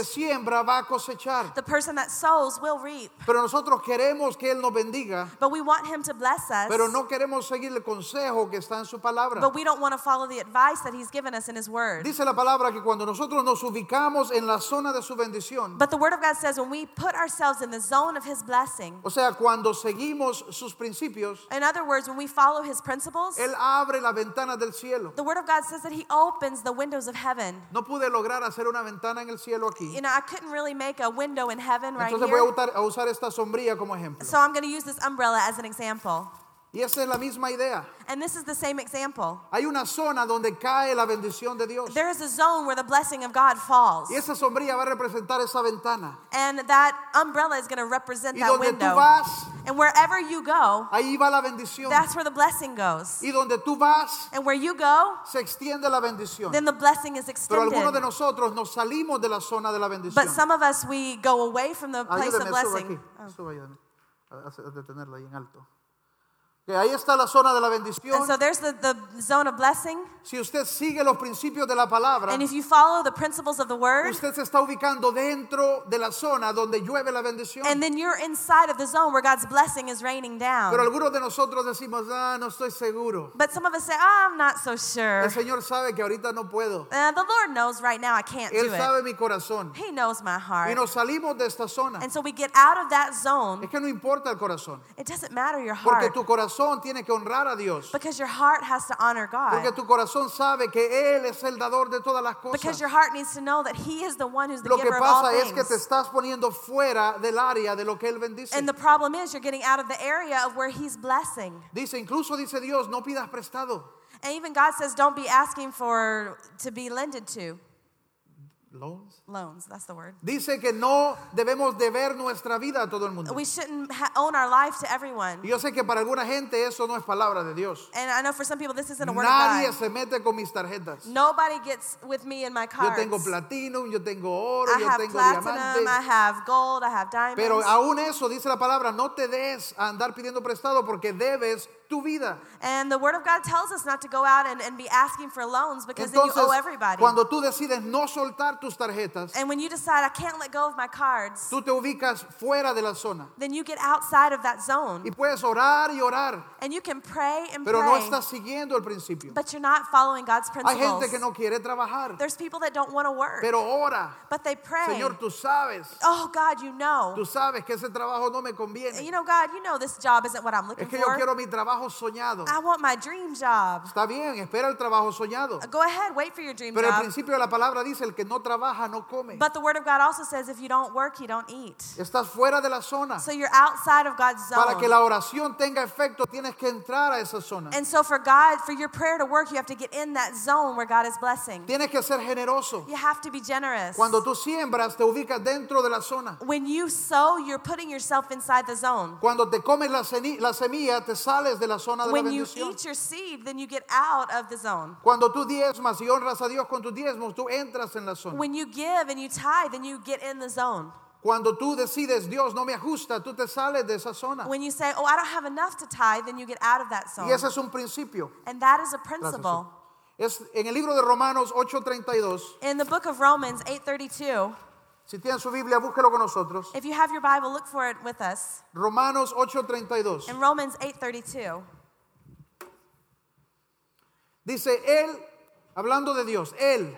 [SPEAKER 2] harvest.
[SPEAKER 1] siembra va a cosechar.
[SPEAKER 2] The person that sows will reap.
[SPEAKER 1] Pero nosotros queremos que Él nos bendiga,
[SPEAKER 2] But we want him to bless us.
[SPEAKER 1] pero no queremos seguir el consejo que está en su palabra.
[SPEAKER 2] But we don't want to follow the advice that he's given us in his word.
[SPEAKER 1] Dice la palabra que cuando nosotros nos ubicamos en la zona de su bendición,
[SPEAKER 2] But the word of God says when we put ourselves in the zone of his blessing,
[SPEAKER 1] o sea, cuando seguimos sus principios,
[SPEAKER 2] in other words, when we follow his principles,
[SPEAKER 1] Él abre las ventanas del cielo.
[SPEAKER 2] the word of God says that he opens the windows of heaven.
[SPEAKER 1] No pude lograr hacer una ventana en el cielo aquí.
[SPEAKER 2] You know, I couldn't really make a window in heaven right
[SPEAKER 1] Entonces voy a
[SPEAKER 2] here.
[SPEAKER 1] usar, a usar esta sombría como ejemplo.
[SPEAKER 2] So I'm going to use this umbrella as an example.
[SPEAKER 1] Y esa es la misma idea.
[SPEAKER 2] And this is the same example.
[SPEAKER 1] Hay una zona donde cae la bendición de Dios.
[SPEAKER 2] There is a zone where the blessing of God falls.
[SPEAKER 1] Y esa sombría va a representar esa ventana.
[SPEAKER 2] And that umbrella is going to represent
[SPEAKER 1] Y
[SPEAKER 2] that
[SPEAKER 1] donde tú
[SPEAKER 2] window.
[SPEAKER 1] vas,
[SPEAKER 2] And wherever you go,
[SPEAKER 1] ahí va la bendición.
[SPEAKER 2] that's where the blessing goes.
[SPEAKER 1] Y donde tú vas,
[SPEAKER 2] And where you go,
[SPEAKER 1] se extiende la bendición.
[SPEAKER 2] then the blessing is
[SPEAKER 1] Pero algunos de
[SPEAKER 2] extended.
[SPEAKER 1] nosotros nos salimos de la zona de la bendición. Ah,
[SPEAKER 2] But some of us, we go away from the place of
[SPEAKER 1] Ayúdame, suba
[SPEAKER 2] blessing. Oh.
[SPEAKER 1] aquí. Suba, ayúdame. A- a- a detenerla ahí en alto. Que ahí está la zona de la bendición.
[SPEAKER 2] And so there's the, the zone of blessing.
[SPEAKER 1] si usted sigue los principios de la palabra,
[SPEAKER 2] And if you follow the principles of the word,
[SPEAKER 1] usted se está ubicando dentro de la zona donde llueve la bendición.
[SPEAKER 2] and then you're inside of the zone where God's blessing is raining
[SPEAKER 1] Pero
[SPEAKER 2] down.
[SPEAKER 1] algunos de nosotros decimos, ah, no estoy seguro.
[SPEAKER 2] But some of us say, "Ah, I'm not so sure.
[SPEAKER 1] El Señor sabe que ahorita no puedo.
[SPEAKER 2] Uh, the Lord knows right now I can't
[SPEAKER 1] Él
[SPEAKER 2] do it.
[SPEAKER 1] sabe mi corazón.
[SPEAKER 2] He knows my
[SPEAKER 1] Y
[SPEAKER 2] heart.
[SPEAKER 1] nos salimos de esta zona.
[SPEAKER 2] And so we get out of that zone.
[SPEAKER 1] Es que no importa el corazón.
[SPEAKER 2] It doesn't matter your
[SPEAKER 1] Porque
[SPEAKER 2] heart
[SPEAKER 1] tu corazón tiene que honrar a Dios.
[SPEAKER 2] because your heart has to honor
[SPEAKER 1] Porque
[SPEAKER 2] God.
[SPEAKER 1] tu corazón sabe que Él es el dador de todas las
[SPEAKER 2] Because
[SPEAKER 1] cosas.
[SPEAKER 2] your heart needs to know that He is the one who's the
[SPEAKER 1] Lo que
[SPEAKER 2] giver of all
[SPEAKER 1] pasa es que te
[SPEAKER 2] things.
[SPEAKER 1] estás poniendo fuera del área de lo que Él bendice.
[SPEAKER 2] And the problem is you're getting out of the area of where He's blessing.
[SPEAKER 1] Dice, incluso dice Dios, no pidas prestado.
[SPEAKER 2] And even God says, don't be asking for to be lended to
[SPEAKER 1] Loans.
[SPEAKER 2] loans. That's the word.
[SPEAKER 1] Dice que no debemos deber nuestra vida a todo el mundo.
[SPEAKER 2] We shouldn't ha- own our life to
[SPEAKER 1] Y
[SPEAKER 2] everyone.
[SPEAKER 1] yo sé que para alguna gente eso no es palabra de Dios.
[SPEAKER 2] And I know for some people this isn't a word
[SPEAKER 1] Nadie
[SPEAKER 2] of God.
[SPEAKER 1] se mete con mis tarjetas.
[SPEAKER 2] Nobody gets with me in my
[SPEAKER 1] Yo
[SPEAKER 2] cards.
[SPEAKER 1] tengo platinum, yo tengo oro,
[SPEAKER 2] I
[SPEAKER 1] yo
[SPEAKER 2] have
[SPEAKER 1] tengo
[SPEAKER 2] platinum, I
[SPEAKER 1] diamante.
[SPEAKER 2] have gold, I have diamonds.
[SPEAKER 1] Pero aún eso dice la palabra, no te des a andar pidiendo prestado porque debes tu vida.
[SPEAKER 2] and the Word of God tells us not to go out and, and be asking for loans because
[SPEAKER 1] Entonces,
[SPEAKER 2] then you owe everybody.
[SPEAKER 1] cuando tú decides no soltar tus tarjetas,
[SPEAKER 2] and when you decide, I can't let go of my cards,
[SPEAKER 1] tú te ubicas fuera de la zona
[SPEAKER 2] then you get outside of that zone.
[SPEAKER 1] y puedes orar y orar,
[SPEAKER 2] And you can pray and
[SPEAKER 1] pero no
[SPEAKER 2] pray,
[SPEAKER 1] estás siguiendo el principio.
[SPEAKER 2] but you're not following God's
[SPEAKER 1] Hay
[SPEAKER 2] principles.
[SPEAKER 1] gente que no quiere trabajar,
[SPEAKER 2] There's people that don't want to work,
[SPEAKER 1] pero ora.
[SPEAKER 2] but they pray.
[SPEAKER 1] Señor, tú sabes,
[SPEAKER 2] oh, God, you know.
[SPEAKER 1] tú sabes que ese trabajo no me
[SPEAKER 2] You
[SPEAKER 1] conviene.
[SPEAKER 2] know, God, you know this job isn't what I'm looking
[SPEAKER 1] Es que yo
[SPEAKER 2] for.
[SPEAKER 1] quiero mi trabajo soñado.
[SPEAKER 2] I want my dream job.
[SPEAKER 1] Está bien, espera el trabajo soñado.
[SPEAKER 2] Go ahead, wait for your dream
[SPEAKER 1] Pero el
[SPEAKER 2] job.
[SPEAKER 1] principio de la palabra dice, el que no trabaja no come.
[SPEAKER 2] But the Word of God also says if you don't work, you don't eat.
[SPEAKER 1] Estás fuera de la zona.
[SPEAKER 2] So you're outside of God's
[SPEAKER 1] Para que
[SPEAKER 2] zone.
[SPEAKER 1] la oración tenga efecto, tienes que entrar a esa zona.
[SPEAKER 2] And so for God, for your prayer to work, you have to get in that zone where God is blessing.
[SPEAKER 1] Tienes que ser generoso.
[SPEAKER 2] You have to be generous.
[SPEAKER 1] Cuando tú siembras, te ubicas dentro de la zona.
[SPEAKER 2] When you sow, you're putting yourself inside the zone.
[SPEAKER 1] Cuando te comes la, ceni- la semilla, te sales de la zona de la
[SPEAKER 2] When you
[SPEAKER 1] bendición.
[SPEAKER 2] eat your seed, then you get out of the zone.
[SPEAKER 1] Cuando tú diezmas y honras a Dios con tus diezmos, tú entras en la zona.
[SPEAKER 2] When you give and you tithe, then you get in the zone.
[SPEAKER 1] Cuando tú decides, Dios no me ajusta, tú te sales de esa zona.
[SPEAKER 2] When you say, Oh, I don't have enough to tithe, then you get out of that zone.
[SPEAKER 1] Y ese es un principio.
[SPEAKER 2] And that is a
[SPEAKER 1] Gracias,
[SPEAKER 2] principle.
[SPEAKER 1] sí. Es en el libro de Romanos 8:32.
[SPEAKER 2] In the book of Romans 8:32,
[SPEAKER 1] Si tienen su Biblia, búsquelo con nosotros.
[SPEAKER 2] if you have your Bible, look for it with us.
[SPEAKER 1] Romanos 8:32.
[SPEAKER 2] In Romans 8:32,
[SPEAKER 1] Dice, Él, hablando de Dios, Él,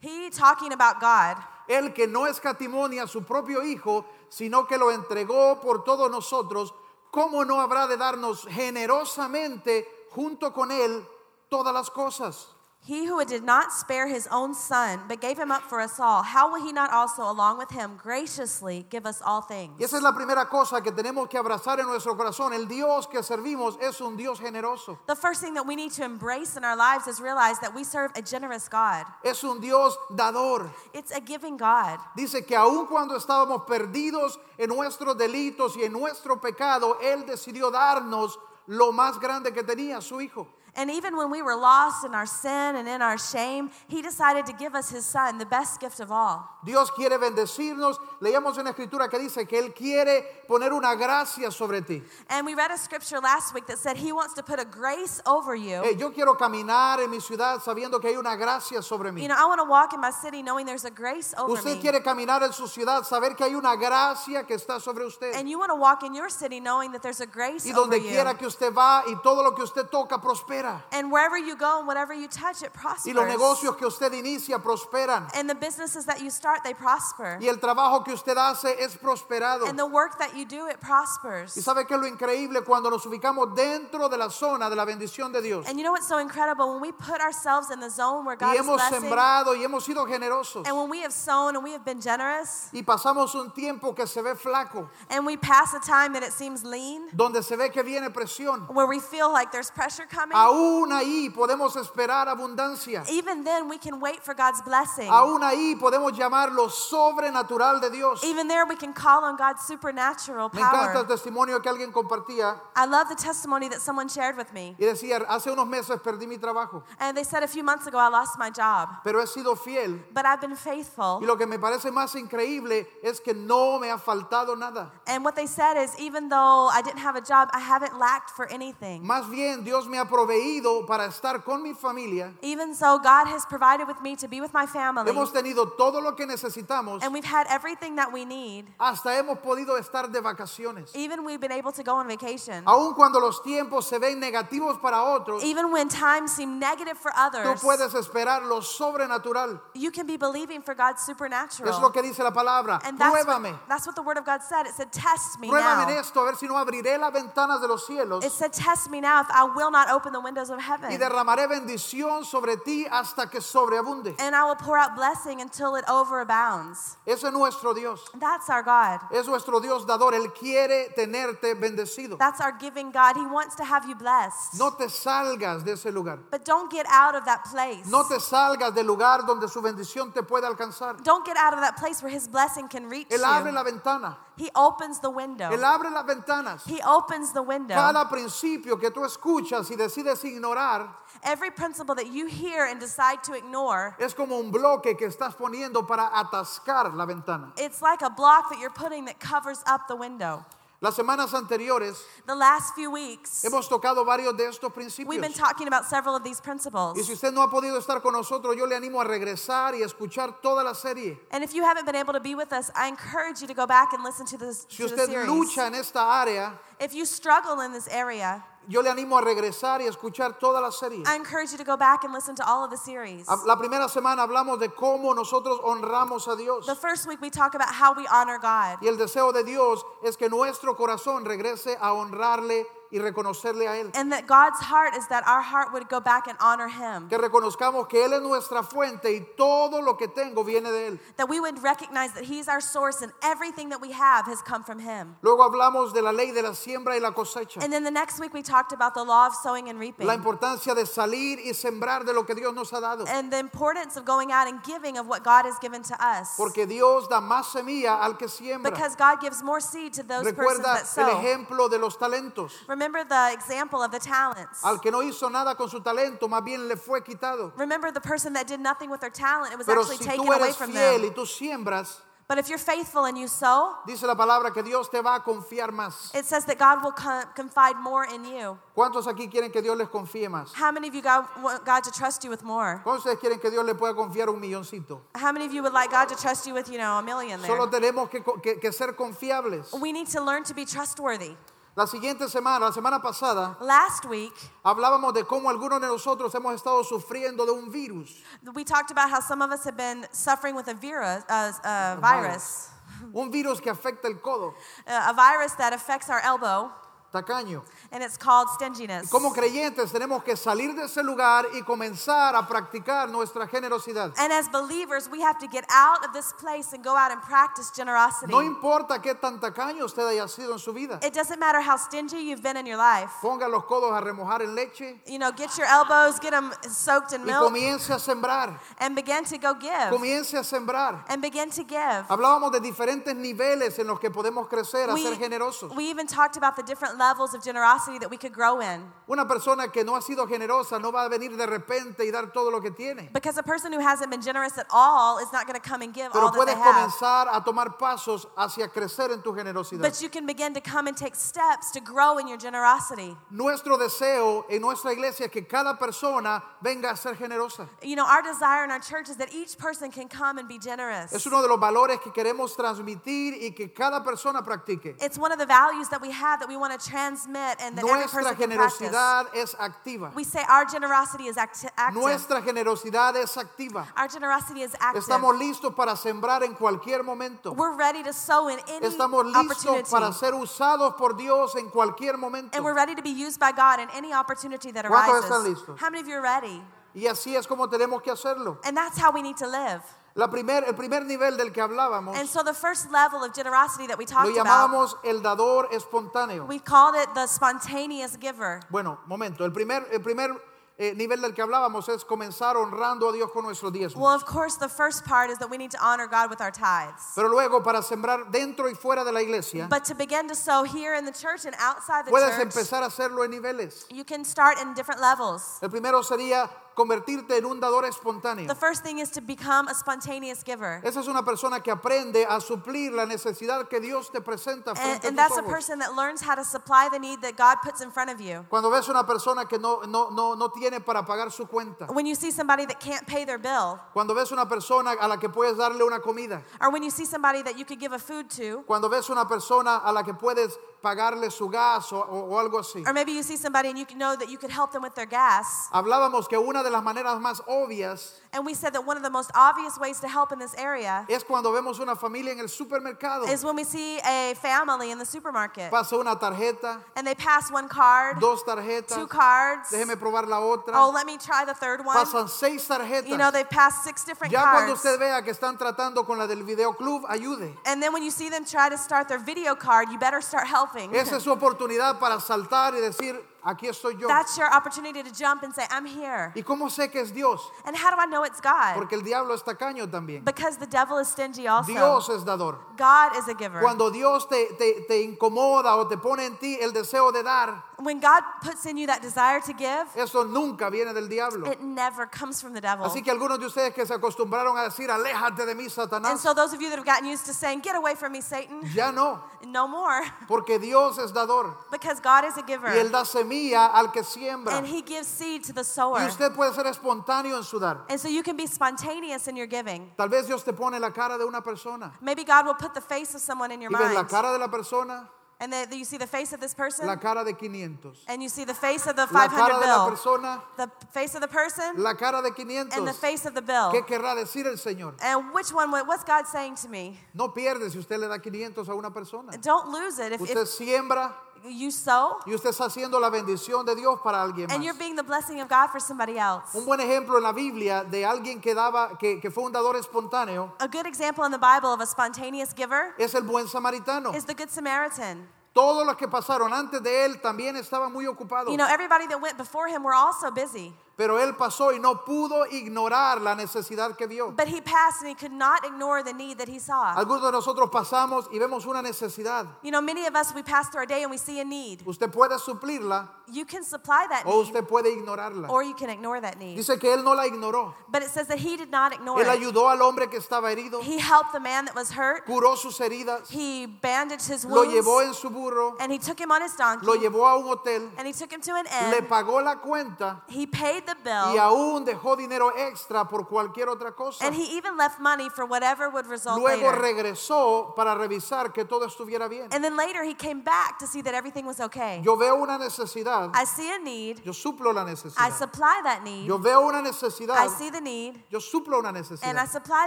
[SPEAKER 2] he talking about God,
[SPEAKER 1] El que no escatimó ni a su propio Hijo, sino que lo entregó por todos nosotros, ¿cómo no habrá de darnos generosamente junto con Él todas las cosas?
[SPEAKER 2] He who did not spare his own son, but gave him up for us all, how will he not also, along with him, graciously give us all things?
[SPEAKER 1] Y esa es la primera cosa que tenemos que abrazar en nuestro corazón. El Dios que servimos es un Dios generoso.
[SPEAKER 2] The first thing that we need to embrace in our lives is realize that we serve a generous God.
[SPEAKER 1] Es un Dios dador.
[SPEAKER 2] It's a giving God.
[SPEAKER 1] Dice que aun cuando estábamos perdidos en nuestros delitos y en nuestro pecado, Él decidió darnos lo más grande que tenía, su Hijo.
[SPEAKER 2] And even when we were lost in our sin and in our shame, he decided to give us his son, the best gift of all.
[SPEAKER 1] Dios quiere bendecirnos. Leíamos una escritura que dice que Él quiere poner una gracia sobre ti.
[SPEAKER 2] And we read a scripture last week that said he wants to put a grace over you.
[SPEAKER 1] Eh, yo quiero caminar en mi ciudad sabiendo que hay una gracia sobre mí.
[SPEAKER 2] You know, I want to walk in my city knowing there's a grace over
[SPEAKER 1] Usted
[SPEAKER 2] me.
[SPEAKER 1] quiere caminar en su ciudad, saber que hay una gracia que está sobre usted.
[SPEAKER 2] And you want to walk in your city knowing that there's a grace
[SPEAKER 1] Y
[SPEAKER 2] over
[SPEAKER 1] donde
[SPEAKER 2] you.
[SPEAKER 1] quiera que usted va y todo lo que usted toca prospera.
[SPEAKER 2] And wherever you go and whatever you touch, it prospers.
[SPEAKER 1] Y los negocios que usted inicia prosperan.
[SPEAKER 2] And the businesses that you start, they prosper.
[SPEAKER 1] Y el trabajo que usted hace es prosperado.
[SPEAKER 2] And the work that you do, it prospers.
[SPEAKER 1] Y sabe que es lo increíble cuando nos ubicamos dentro de la zona de la bendición de Dios.
[SPEAKER 2] And you know what's so incredible? When we put ourselves in the zone where
[SPEAKER 1] Y
[SPEAKER 2] God is
[SPEAKER 1] hemos
[SPEAKER 2] blessing,
[SPEAKER 1] sembrado y hemos sido generosos.
[SPEAKER 2] and when we have sown and we have been generous,
[SPEAKER 1] Y pasamos un tiempo que se ve flaco,
[SPEAKER 2] and we pass a time that it seems lean,
[SPEAKER 1] donde se ve que viene presión.
[SPEAKER 2] where we feel like there's pressure coming,
[SPEAKER 1] Aún ahí podemos esperar abundancia.
[SPEAKER 2] even then we can wait for God's blessing.
[SPEAKER 1] Aún ahí podemos llamar lo sobrenatural de Dios.
[SPEAKER 2] Even there we can call on God's supernatural
[SPEAKER 1] Me encanta el
[SPEAKER 2] power.
[SPEAKER 1] testimonio que alguien compartía
[SPEAKER 2] I love the testimony that someone shared with me.
[SPEAKER 1] y decía, hace unos meses perdí mi trabajo,
[SPEAKER 2] And they said a few months ago I lost my job,
[SPEAKER 1] pero he sido fiel.
[SPEAKER 2] but I've been
[SPEAKER 1] Y
[SPEAKER 2] faithful.
[SPEAKER 1] lo que me parece más increíble es que no me ha faltado nada.
[SPEAKER 2] And what they said is even though I didn't have a job, I haven't lacked for anything.
[SPEAKER 1] Más bien Dios me ha proveído para estar con mi familia.
[SPEAKER 2] Even so, God has provided with me to be with my family,
[SPEAKER 1] Hemos tenido todo lo que necesitamos.
[SPEAKER 2] and we've had everything that we need.
[SPEAKER 1] Hasta hemos podido estar de vacaciones.
[SPEAKER 2] Even we've been able to go on vacation.
[SPEAKER 1] Aun cuando los tiempos se ven negativos para otros,
[SPEAKER 2] Even when times seem negative for
[SPEAKER 1] tú
[SPEAKER 2] others,
[SPEAKER 1] puedes esperar lo sobrenatural.
[SPEAKER 2] you can be believing for God's
[SPEAKER 1] Es lo
[SPEAKER 2] supernatural.
[SPEAKER 1] que dice la palabra.
[SPEAKER 2] And that's
[SPEAKER 1] Pruébame.
[SPEAKER 2] what, that's what the word of God said. It said, Test me
[SPEAKER 1] Pruébame en
[SPEAKER 2] now.
[SPEAKER 1] esto, a ver si no abriré las ventanas de los cielos
[SPEAKER 2] It said, Test me now if I will not open the windows of
[SPEAKER 1] y
[SPEAKER 2] heaven.
[SPEAKER 1] derramaré bendición sobre ti hasta que sobreabunde.
[SPEAKER 2] And I will pour out blessing until it overabounds.
[SPEAKER 1] Ese es nuestro Dios.
[SPEAKER 2] That's our God.
[SPEAKER 1] Es nuestro Dios dador. Él quiere tenerte bendecido.
[SPEAKER 2] That's our giving God. He wants to have you blessed.
[SPEAKER 1] No te salgas de ese lugar.
[SPEAKER 2] But don't get out of that place.
[SPEAKER 1] No te salgas del lugar donde su bendición te puede alcanzar.
[SPEAKER 2] Don't get out of that place where His blessing can reach
[SPEAKER 1] Él abre
[SPEAKER 2] you.
[SPEAKER 1] la ventana.
[SPEAKER 2] He opens the
[SPEAKER 1] Él
[SPEAKER 2] window.
[SPEAKER 1] abre las ventanas.
[SPEAKER 2] He opens the window.
[SPEAKER 1] Cada principio que tú escuchas y decides ignorar
[SPEAKER 2] Every principle that you hear and decide to ignore,
[SPEAKER 1] es como un bloque que estás poniendo para atascar la ventana.
[SPEAKER 2] it's like a block that you're putting that covers up the window.
[SPEAKER 1] Las semanas anteriores
[SPEAKER 2] The last few weeks,
[SPEAKER 1] hemos tocado varios de estos
[SPEAKER 2] we've been
[SPEAKER 1] principios.
[SPEAKER 2] talking about several of these
[SPEAKER 1] Y si
[SPEAKER 2] principles.
[SPEAKER 1] usted no ha podido estar con nosotros, yo le animo a regresar y a escuchar toda la serie.
[SPEAKER 2] And if you haven't been able to be with us, I encourage you to go back and listen to this
[SPEAKER 1] Si
[SPEAKER 2] to the
[SPEAKER 1] usted
[SPEAKER 2] series.
[SPEAKER 1] lucha en esta área,
[SPEAKER 2] If you struggle in this area,
[SPEAKER 1] yo le animo a regresar y a escuchar toda la serie.
[SPEAKER 2] I encourage you to go back and listen to all of the series.
[SPEAKER 1] Hab- La primera semana hablamos de cómo nosotros honramos a Dios.
[SPEAKER 2] The first week we talk about how we honor God.
[SPEAKER 1] Y el deseo de Dios es que nuestro corazón regrese a honrarle y reconocerle a Él.
[SPEAKER 2] And that God's heart is that our heart would go back and honor him.
[SPEAKER 1] Que reconozcamos que Él es nuestra fuente y todo lo que tengo viene de Él.
[SPEAKER 2] That we would recognize that he's our source and everything that we have has come from him.
[SPEAKER 1] Luego hablamos de la ley de la siembra y la cosecha.
[SPEAKER 2] And then the next week we talked about the law of sowing and reaping
[SPEAKER 1] La importancia de salir y sembrar de lo que Dios nos ha dado.
[SPEAKER 2] and the importance of going out and giving of what God has given to us.
[SPEAKER 1] Porque Dios da más semilla al que siembra.
[SPEAKER 2] Because God gives more seed to those persons
[SPEAKER 1] Recuerda
[SPEAKER 2] that
[SPEAKER 1] el
[SPEAKER 2] sow.
[SPEAKER 1] ejemplo de los talentos.
[SPEAKER 2] Remember the example of the talents.
[SPEAKER 1] Al que no hizo nada con su talento, más bien le fue quitado.
[SPEAKER 2] Remember the person that did nothing with their talent, it was
[SPEAKER 1] Pero
[SPEAKER 2] actually
[SPEAKER 1] si
[SPEAKER 2] taken
[SPEAKER 1] tú
[SPEAKER 2] away
[SPEAKER 1] eres
[SPEAKER 2] from
[SPEAKER 1] fiel y
[SPEAKER 2] them.
[SPEAKER 1] tú siembras,
[SPEAKER 2] But if you're faithful and you sow,
[SPEAKER 1] dice la palabra que Dios te va a confiar más.
[SPEAKER 2] it says that God will co- confide more in you.
[SPEAKER 1] ¿Cuántos aquí quieren que Dios les confíe más?
[SPEAKER 2] How many of you God, want God to trust you with more?
[SPEAKER 1] ¿Cuántos ustedes quieren que Dios le pueda confiar un milloncito?
[SPEAKER 2] How many of you would like God to trust you with, you know, a million there?
[SPEAKER 1] Solo tenemos que, co- que- que ser confiables.
[SPEAKER 2] We need to learn to be trustworthy.
[SPEAKER 1] La siguiente semana, la semana pasada,
[SPEAKER 2] Last week,
[SPEAKER 1] hablábamos de cómo algunos de nosotros hemos estado sufriendo de un virus.
[SPEAKER 2] we talked about how some of us have been suffering with a virus, uh, uh, virus,
[SPEAKER 1] Un virus que afecta el codo.
[SPEAKER 2] uh, a virus that affects our elbow.
[SPEAKER 1] tacaño.
[SPEAKER 2] and it's called stinginess.
[SPEAKER 1] Como creyentes tenemos que salir de ese lugar y comenzar a practicar nuestra generosidad.
[SPEAKER 2] And as believers, we have to get out of this place and go out and practice generosity.
[SPEAKER 1] No importa qué tan tacaño usted haya sido en su vida.
[SPEAKER 2] It doesn't matter how stingy you've been in your life.
[SPEAKER 1] Ponga los codos a remojar en leche
[SPEAKER 2] You know, get your elbows, get them soaked in
[SPEAKER 1] y
[SPEAKER 2] milk,
[SPEAKER 1] comience a sembrar.
[SPEAKER 2] and begin to go give.
[SPEAKER 1] Comience a sembrar.
[SPEAKER 2] And begin to give.
[SPEAKER 1] Hablábamos de diferentes niveles en los que podemos crecer a ser generosos.
[SPEAKER 2] we even talked about the different levels of generosity that we could grow in.
[SPEAKER 1] Una persona que no ha sido generosa no va a venir de repente y dar todo lo que tiene,
[SPEAKER 2] Because a person who hasn't been generous at all is not going to come and give
[SPEAKER 1] pero
[SPEAKER 2] all that
[SPEAKER 1] puedes
[SPEAKER 2] they have.
[SPEAKER 1] comenzar a tomar pasos hacia crecer en tu generosidad.
[SPEAKER 2] But you can begin to come and take steps to grow in your generosity.
[SPEAKER 1] Nuestro deseo en nuestra iglesia es que cada persona venga a ser generosa.
[SPEAKER 2] You know, our desire in our church is that each person can come and be generous.
[SPEAKER 1] Es uno de los valores que queremos transmitir y que cada persona practique.
[SPEAKER 2] It's one of the values that we have that we want to transmit and that every
[SPEAKER 1] Nuestra
[SPEAKER 2] person can practice.
[SPEAKER 1] generosidad es activa.
[SPEAKER 2] We say our generosity is acti- active.
[SPEAKER 1] Nuestra generosidad es activa.
[SPEAKER 2] our generosity is active.
[SPEAKER 1] Estamos listos para sembrar en cualquier momento.
[SPEAKER 2] we're ready to sow in any
[SPEAKER 1] Estamos listos
[SPEAKER 2] opportunity.
[SPEAKER 1] para ser usados por Dios en cualquier momento.
[SPEAKER 2] and we're ready to be used by God in any opportunity that
[SPEAKER 1] ¿Cuántos
[SPEAKER 2] arises.
[SPEAKER 1] están listos?
[SPEAKER 2] How many of you are ready?
[SPEAKER 1] Y así es como tenemos que hacerlo.
[SPEAKER 2] And that's how we need to live.
[SPEAKER 1] La primer, el primer nivel del que hablábamos
[SPEAKER 2] And so the first level of generosity that we
[SPEAKER 1] Oh. lo
[SPEAKER 2] talked about,
[SPEAKER 1] llamábamos el dador espontáneo.
[SPEAKER 2] we called it the spontaneous giver.
[SPEAKER 1] Bueno, momento. El primer, el primer eh, nivel del que hablábamos es comenzar honrando a Dios con nuestro diezmo.
[SPEAKER 2] Well, of course, the first part is that we need to honor God with our tithes.
[SPEAKER 1] Pero luego, para sembrar dentro y fuera de la iglesia,
[SPEAKER 2] But to begin to sow here in the church and outside the
[SPEAKER 1] puedes
[SPEAKER 2] church,
[SPEAKER 1] empezar a hacerlo en niveles.
[SPEAKER 2] you can start in different levels.
[SPEAKER 1] El primero sería convertirte en un dador espontáneo.
[SPEAKER 2] The first thing is to become a spontaneous giver.
[SPEAKER 1] Esa es una persona que aprende a suplir la necesidad que Dios te presenta
[SPEAKER 2] And,
[SPEAKER 1] frente
[SPEAKER 2] and
[SPEAKER 1] a
[SPEAKER 2] that's
[SPEAKER 1] tus
[SPEAKER 2] a
[SPEAKER 1] ojos.
[SPEAKER 2] person that learns how to supply the need that God puts in front of you.
[SPEAKER 1] Cuando ves una persona que no, no, no, no tiene para pagar su cuenta,
[SPEAKER 2] When you see somebody that can't pay their bill,
[SPEAKER 1] cuando ves una persona a la que puedes darle una comida,
[SPEAKER 2] or when you see somebody that you could give a food to,
[SPEAKER 1] cuando ves una persona a la que puedes pagarle su gas o, o- o algo así.
[SPEAKER 2] or maybe you see somebody and you can know that you could help them with their gas.
[SPEAKER 1] Hablábamos que una de las maneras más obvias
[SPEAKER 2] And we said that one of the most obvious ways to help in this area
[SPEAKER 1] es cuando vemos una familia en el supermercado.
[SPEAKER 2] is when we see a family in the supermarket
[SPEAKER 1] Pasa una tarjeta,
[SPEAKER 2] and they pass one card,
[SPEAKER 1] dos tarjetas,
[SPEAKER 2] two cards.
[SPEAKER 1] déjeme probar la otra.
[SPEAKER 2] Oh, let me try the third one.
[SPEAKER 1] Pasan seis tarjetas.
[SPEAKER 2] You know, they pass six different
[SPEAKER 1] ya cuando
[SPEAKER 2] cards.
[SPEAKER 1] usted vea que están tratando con la del videoclub, ayude.
[SPEAKER 2] And then when you see them try to start their video card, you better start helping.
[SPEAKER 1] Esa es su oportunidad para saltar y decir, aquí estoy yo.
[SPEAKER 2] That's your opportunity to jump and say, I'm here.
[SPEAKER 1] ¿Y cómo sé que es Dios?
[SPEAKER 2] And how do I know it's God?
[SPEAKER 1] Porque el diablo es tacaño también.
[SPEAKER 2] Because the devil is stingy also.
[SPEAKER 1] Dios es dador.
[SPEAKER 2] God is a giver.
[SPEAKER 1] Cuando Dios te, te- te incomoda o te pone en ti el deseo de dar,
[SPEAKER 2] When God puts in you that desire to give,
[SPEAKER 1] eso nunca viene del diablo.
[SPEAKER 2] it never comes from the devil.
[SPEAKER 1] Así que algunos de ustedes que se acostumbraron a decir, aléjate de mí,
[SPEAKER 2] And
[SPEAKER 1] Satanás,
[SPEAKER 2] so those of you that have gotten used to saying, get away from me, Satan,
[SPEAKER 1] ya no,
[SPEAKER 2] no more,
[SPEAKER 1] porque Dios es dador
[SPEAKER 2] because God is a
[SPEAKER 1] y Él
[SPEAKER 2] giver.
[SPEAKER 1] da semilla al que siembra.
[SPEAKER 2] And he gives seed to the
[SPEAKER 1] Y
[SPEAKER 2] sower.
[SPEAKER 1] usted puede ser espontáneo en su dar.
[SPEAKER 2] And so you can be spontaneous in your giving.
[SPEAKER 1] Tal vez Dios te pone la cara de una persona
[SPEAKER 2] Maybe God will put the face of someone in your
[SPEAKER 1] y ves la
[SPEAKER 2] mind.
[SPEAKER 1] cara de la persona,
[SPEAKER 2] And then you see the face of this
[SPEAKER 1] la
[SPEAKER 2] person,
[SPEAKER 1] cara de 500,
[SPEAKER 2] and you see the face of the
[SPEAKER 1] la cara
[SPEAKER 2] 500
[SPEAKER 1] de la
[SPEAKER 2] bill,
[SPEAKER 1] persona,
[SPEAKER 2] the face of the person,
[SPEAKER 1] la cara de
[SPEAKER 2] and the
[SPEAKER 1] 500.
[SPEAKER 2] face of the bill.
[SPEAKER 1] ¿Qué querrá decir el Señor?
[SPEAKER 2] And which one, would- what's God saying to me?
[SPEAKER 1] No pierde si usted le da 500 a una persona.
[SPEAKER 2] Don't lose it. If,
[SPEAKER 1] Usted
[SPEAKER 2] if
[SPEAKER 1] siembra
[SPEAKER 2] you sow,
[SPEAKER 1] y usted está haciendo la bendición de Dios para alguien
[SPEAKER 2] and you're
[SPEAKER 1] más.
[SPEAKER 2] being the blessing of God for somebody else.
[SPEAKER 1] Un buen ejemplo en la Biblia de alguien que daba, que, que fue un dador espontáneo,
[SPEAKER 2] A good example in the Bible of a spontaneous giver
[SPEAKER 1] es el buen samaritano.
[SPEAKER 2] is the Good Samaritan.
[SPEAKER 1] Todos los que pasaron antes de él también estaban muy ocupados,
[SPEAKER 2] You know, everybody that went before him were also busy.
[SPEAKER 1] pero él pasó y no pudo ignorar la necesidad que vio.
[SPEAKER 2] But he passed and he could not ignore the need that he saw.
[SPEAKER 1] Algunos de nosotros pasamos y vemos una necesidad.
[SPEAKER 2] You know, many of us, we pass through our day and we see a need.
[SPEAKER 1] Usted puede suplirla
[SPEAKER 2] You can supply that
[SPEAKER 1] o
[SPEAKER 2] need,
[SPEAKER 1] usted puede ignorarla.
[SPEAKER 2] or you can ignore that need.
[SPEAKER 1] Dice que él no la ignoró.
[SPEAKER 2] But it says that he did not ignore
[SPEAKER 1] Él
[SPEAKER 2] it.
[SPEAKER 1] ayudó al hombre que estaba herido,
[SPEAKER 2] He helped the man that was hurt.
[SPEAKER 1] curó sus heridas,
[SPEAKER 2] He bandaged his
[SPEAKER 1] lo llevó
[SPEAKER 2] wounds,
[SPEAKER 1] en su burro,
[SPEAKER 2] and he took him on his donkey,
[SPEAKER 1] lo llevó a un hotel,
[SPEAKER 2] and he took him to an
[SPEAKER 1] le
[SPEAKER 2] inn.
[SPEAKER 1] pagó la cuenta
[SPEAKER 2] He paid paid the
[SPEAKER 1] y
[SPEAKER 2] bill,
[SPEAKER 1] aún dejó dinero extra por cualquier otra cosa.
[SPEAKER 2] and he even left money for whatever would result
[SPEAKER 1] Luego
[SPEAKER 2] later.
[SPEAKER 1] regresó para revisar que todo estuviera bien.
[SPEAKER 2] And then later he came back to see that everything was okay.
[SPEAKER 1] Yo veo una necesidad,
[SPEAKER 2] I see a need,
[SPEAKER 1] yo suplo la
[SPEAKER 2] I
[SPEAKER 1] necesidad.
[SPEAKER 2] supply that need,
[SPEAKER 1] Yo veo una
[SPEAKER 2] I
[SPEAKER 1] necesidad,
[SPEAKER 2] see the need,
[SPEAKER 1] yo suplo una
[SPEAKER 2] and I
[SPEAKER 1] necesidad.
[SPEAKER 2] supply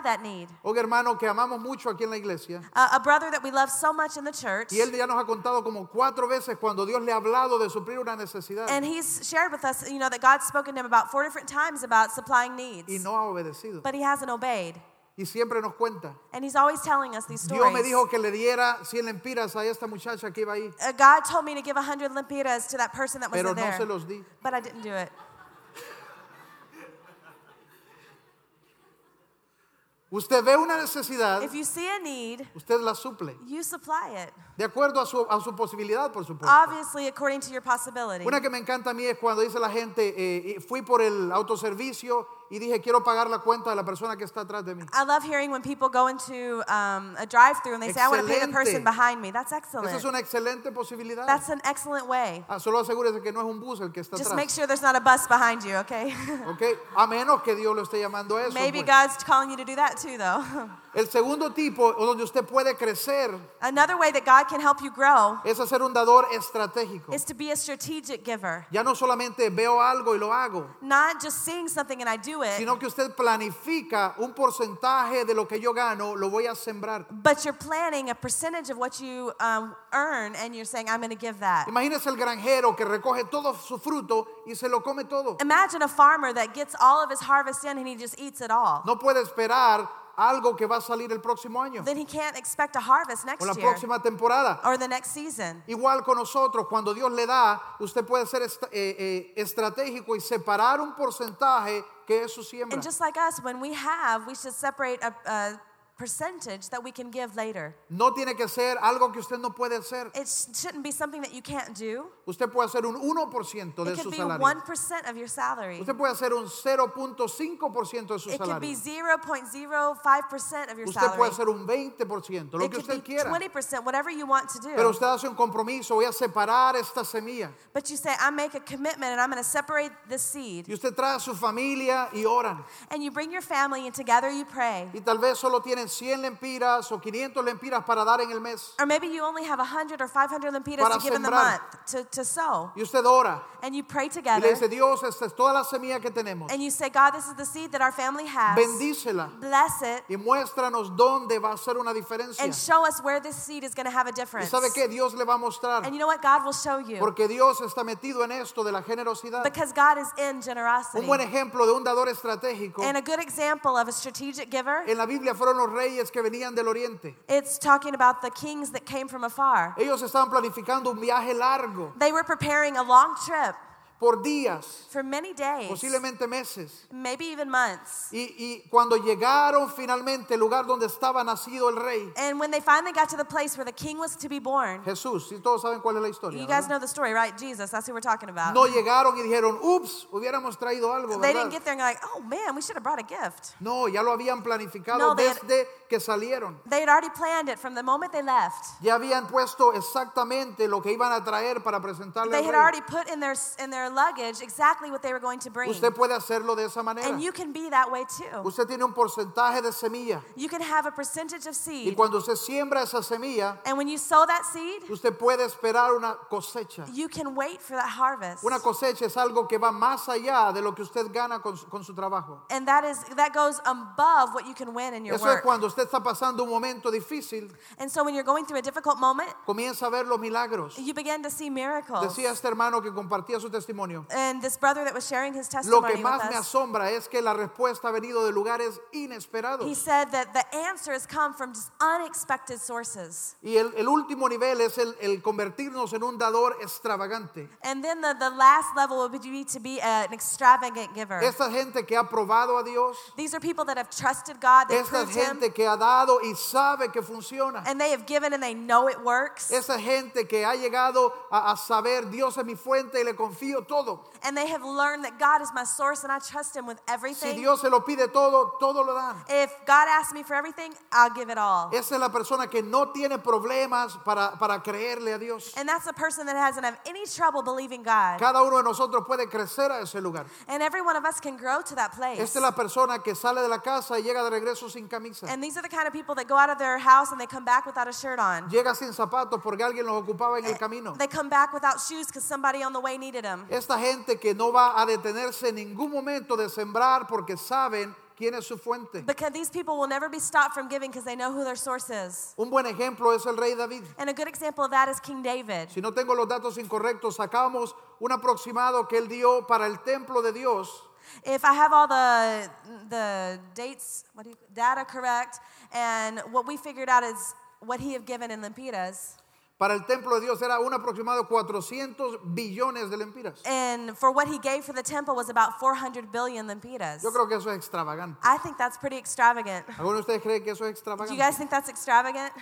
[SPEAKER 2] that need.
[SPEAKER 1] Oiga, hermano, que amamos mucho aquí en la iglesia.
[SPEAKER 2] Uh, a brother that we love so much in the church,
[SPEAKER 1] Y él ya nos ha contado como cuatro veces cuando Dios le ha hablado de suplir una necesidad
[SPEAKER 2] and he's shared with us, you know, that God's spoken to him about four different times about supplying
[SPEAKER 1] y
[SPEAKER 2] needs,
[SPEAKER 1] no ha obedecido.
[SPEAKER 2] but he hasn't obeyed.
[SPEAKER 1] Y siempre nos cuenta.
[SPEAKER 2] And he's always telling us these
[SPEAKER 1] Dios me
[SPEAKER 2] stories.
[SPEAKER 1] dijo que le diera 100 lempiras a esta muchacha que iba ahí,
[SPEAKER 2] Uh, God told me to give 100 lempiras to that person that was
[SPEAKER 1] pero no
[SPEAKER 2] there,
[SPEAKER 1] se los di.
[SPEAKER 2] but I didn't do it.
[SPEAKER 1] Usted ve una necesidad,
[SPEAKER 2] If you see a need,
[SPEAKER 1] usted la suple,
[SPEAKER 2] you supply it.
[SPEAKER 1] de acuerdo a su, a su posibilidad, por supuesto.
[SPEAKER 2] Obviously, according to your possibility.
[SPEAKER 1] Una que me encanta a mí es cuando dice la gente, eh, y fui por el autoservicio y dije, quiero pagar la cuenta de la persona que está atrás de mí.
[SPEAKER 2] I love hearing when people go into um, a drive-through and they say, "I want to pay the
[SPEAKER 1] Excelente.
[SPEAKER 2] person behind me." That's excellent.
[SPEAKER 1] Esa es una excelente posibilidad.
[SPEAKER 2] That's an excellent way.
[SPEAKER 1] Ah, solo asegúrese que no es un bus el que está
[SPEAKER 2] Just make
[SPEAKER 1] atrás.
[SPEAKER 2] sure there's not a bus behind you, okay?
[SPEAKER 1] ¿ok? A menos que Dios lo esté llamando a eso.
[SPEAKER 2] Maybe
[SPEAKER 1] pues.
[SPEAKER 2] God's calling you to do that too, though.
[SPEAKER 1] El segundo tipo o donde usted puede crecer
[SPEAKER 2] Another way that God can help you grow
[SPEAKER 1] es hacer un dador estratégico.
[SPEAKER 2] is to be a strategic giver.
[SPEAKER 1] Ya no solamente veo algo y lo hago,
[SPEAKER 2] Not just seeing something and I do it,
[SPEAKER 1] sino que usted planifica un porcentaje de lo que yo gano, lo voy a sembrar.
[SPEAKER 2] but you're planning a percentage of what you um, earn and you're saying, I'm going to give that.
[SPEAKER 1] Imagínese el granjero que recoge todo su fruto y se lo come todo.
[SPEAKER 2] Imagine a farmer that gets all of his harvest in and he just eats it all.
[SPEAKER 1] No puede esperar algo que va a salir el próximo año
[SPEAKER 2] Then he can't expect a harvest
[SPEAKER 1] o
[SPEAKER 2] next
[SPEAKER 1] la
[SPEAKER 2] year
[SPEAKER 1] próxima temporada.
[SPEAKER 2] or the next season.
[SPEAKER 1] Igual con nosotros, cuando Dios le da, usted puede ser est- eh, eh, estratégico y separar un porcentaje que es su siembra.
[SPEAKER 2] And just like us, when we have, we should separate a, a percentage that we can give later.
[SPEAKER 1] No tiene que ser algo que usted no puede hacer.
[SPEAKER 2] It sh- shouldn't be something that you can't do.
[SPEAKER 1] Usted puede hacer un 1% de
[SPEAKER 2] It
[SPEAKER 1] su
[SPEAKER 2] could be
[SPEAKER 1] salario.
[SPEAKER 2] 1% of your salary.
[SPEAKER 1] Usted puede hacer un 0.5% de su
[SPEAKER 2] It could be
[SPEAKER 1] salario.
[SPEAKER 2] 0.05% of your
[SPEAKER 1] Usted puede
[SPEAKER 2] salary.
[SPEAKER 1] hacer un 20%, lo
[SPEAKER 2] It
[SPEAKER 1] que
[SPEAKER 2] could
[SPEAKER 1] usted
[SPEAKER 2] be
[SPEAKER 1] quiera.
[SPEAKER 2] 20%, whatever you want to
[SPEAKER 1] Pero
[SPEAKER 2] do.
[SPEAKER 1] usted hace un compromiso, voy a separar esta semilla.
[SPEAKER 2] But you say, I make a commitment and I'm going to separate this
[SPEAKER 1] Y
[SPEAKER 2] seed.
[SPEAKER 1] usted trae a su familia y oran.
[SPEAKER 2] And you bring your family and together you pray.
[SPEAKER 1] Y tal vez solo tienen 100 lempiras o 500 lempiras para dar en el mes.
[SPEAKER 2] Or maybe you only have 100 or 500 lempitas
[SPEAKER 1] Para
[SPEAKER 2] to give in the
[SPEAKER 1] sembrar.
[SPEAKER 2] month to, to sow.
[SPEAKER 1] Y usted ora.
[SPEAKER 2] And you pray
[SPEAKER 1] Y le
[SPEAKER 2] together.
[SPEAKER 1] dice, Dios, esta es toda la semilla que tenemos.
[SPEAKER 2] And you say, God, this is the seed that our family has.
[SPEAKER 1] Bendícela
[SPEAKER 2] Bless it
[SPEAKER 1] y muéstranos dónde va a ser una diferencia.
[SPEAKER 2] and show us where this seed is going to have a
[SPEAKER 1] ¿Y
[SPEAKER 2] difference.
[SPEAKER 1] sabe qué? Dios le va a mostrar.
[SPEAKER 2] And you know what? God will show you.
[SPEAKER 1] Porque Dios está metido en esto de la generosidad.
[SPEAKER 2] Because God is in
[SPEAKER 1] Un
[SPEAKER 2] generosity.
[SPEAKER 1] buen ejemplo de un dador estratégico.
[SPEAKER 2] And a good example of a strategic giver,
[SPEAKER 1] En la Biblia fueron los reyes que venían del oriente.
[SPEAKER 2] it's talking about the kings that came from afar.
[SPEAKER 1] Ellos estaban planificando un viaje largo,
[SPEAKER 2] They were preparing a long trip
[SPEAKER 1] por días,
[SPEAKER 2] for many days,
[SPEAKER 1] posiblemente meses.
[SPEAKER 2] maybe even months.
[SPEAKER 1] Y, y cuando llegaron finalmente al lugar donde estaba nacido el rey,
[SPEAKER 2] And when they finally got to the place where the king was to be born,
[SPEAKER 1] Jesús, si todos saben cuál es la historia.
[SPEAKER 2] you guys
[SPEAKER 1] ¿verdad?
[SPEAKER 2] know the story, right? Jesus, that's who we're talking about.
[SPEAKER 1] No llegaron y dijeron, ups, hubiéramos traído algo.
[SPEAKER 2] they didn't
[SPEAKER 1] ¿verdad?"
[SPEAKER 2] get there and like, oh man, we should have brought a gift.
[SPEAKER 1] No, ya lo habían planificado
[SPEAKER 2] No, they had-
[SPEAKER 1] desde que salieron.
[SPEAKER 2] They had already planned it from the moment they left.
[SPEAKER 1] Ya habían puesto exactamente lo que iban a traer para presentarle
[SPEAKER 2] They
[SPEAKER 1] al
[SPEAKER 2] had
[SPEAKER 1] rey.
[SPEAKER 2] already put in their in their luggage exactly what they were going to bring.
[SPEAKER 1] Usted puede hacerlo de esa manera.
[SPEAKER 2] And you can be that way too.
[SPEAKER 1] Usted tiene un porcentaje de semilla
[SPEAKER 2] You can have a percentage of
[SPEAKER 1] y
[SPEAKER 2] seed.
[SPEAKER 1] cuando usted siembra esa semilla,
[SPEAKER 2] And when you sow that seed,
[SPEAKER 1] usted puede esperar una cosecha.
[SPEAKER 2] you can wait for that harvest.
[SPEAKER 1] Una cosecha es algo que va más allá de lo que usted gana con, su- con su trabajo.
[SPEAKER 2] And that is that goes above what you can win in your
[SPEAKER 1] Eso es
[SPEAKER 2] work.
[SPEAKER 1] cuando usted está pasando un momento difícil,
[SPEAKER 2] And so when you're going through a difficult moment,
[SPEAKER 1] comienza a ver los milagros.
[SPEAKER 2] you begin to see miracles.
[SPEAKER 1] Decía este hermano que compartía su testimonio.
[SPEAKER 2] And this brother that was sharing his
[SPEAKER 1] Lo que
[SPEAKER 2] testimony with
[SPEAKER 1] más me
[SPEAKER 2] us,
[SPEAKER 1] asombra es que la respuesta ha venido de lugares
[SPEAKER 2] he
[SPEAKER 1] inesperados.
[SPEAKER 2] said that the answers come from just unexpected sources.
[SPEAKER 1] Y el, el último nivel es el, el convertirnos en un dador extravagante.
[SPEAKER 2] And then the, the last level would be to be an extravagant giver.
[SPEAKER 1] Esta gente que ha probado a Dios,
[SPEAKER 2] These are people that have trusted God, they've
[SPEAKER 1] esta
[SPEAKER 2] proved Him,
[SPEAKER 1] gente que ha dado y sabe que funciona,
[SPEAKER 2] and they have given and they know it works.
[SPEAKER 1] esa gente que ha llegado a, a saber Dios es mi fuente y le confío con todo.
[SPEAKER 2] And they have learned that God is my source and I trust Him with
[SPEAKER 1] Si
[SPEAKER 2] everything.
[SPEAKER 1] Dios se lo pide todo, todo lo da.
[SPEAKER 2] If God asks me for everything, I'll give it all.
[SPEAKER 1] Esa es la persona que no tiene problemas para, para creerle a Dios.
[SPEAKER 2] And that's a person that hasn't have any trouble believing God.
[SPEAKER 1] Cada uno de nosotros puede crecer a ese lugar.
[SPEAKER 2] And every one of us can grow to that place.
[SPEAKER 1] Esta es la persona que sale de la casa y llega de regreso sin camisa.
[SPEAKER 2] And these are the kind of people that go out of their house and they come back without a shirt on.
[SPEAKER 1] Llega sin zapatos porque alguien los ocupaba en el camino.
[SPEAKER 2] They come back without shoes because somebody on the way needed them.
[SPEAKER 1] Esta gente que no va a detenerse en ningún momento de sembrar porque saben quién es su fuente.
[SPEAKER 2] Because these people will never be stopped from giving because they know who their source is.
[SPEAKER 1] Un buen ejemplo es el rey David.
[SPEAKER 2] And a good example of that is King David.
[SPEAKER 1] Si no tengo los datos incorrectos, sacamos un aproximado que él dio para el templo de Dios.
[SPEAKER 2] If I have all the the dates, what do you, data correct, and what we figured out is what he have given in Limpidas,
[SPEAKER 1] Para el templo de Dios era un aproximado de 400 billones de lempiras.
[SPEAKER 2] and for what he gave for the temple was about 400 billion Limpidas.
[SPEAKER 1] Yo creo que eso es extravagante.
[SPEAKER 2] I think that's pretty extravagant.
[SPEAKER 1] ¿Alguno de ustedes cree que eso es
[SPEAKER 2] Do you
[SPEAKER 1] extravagante?
[SPEAKER 2] guys think that's extravagant?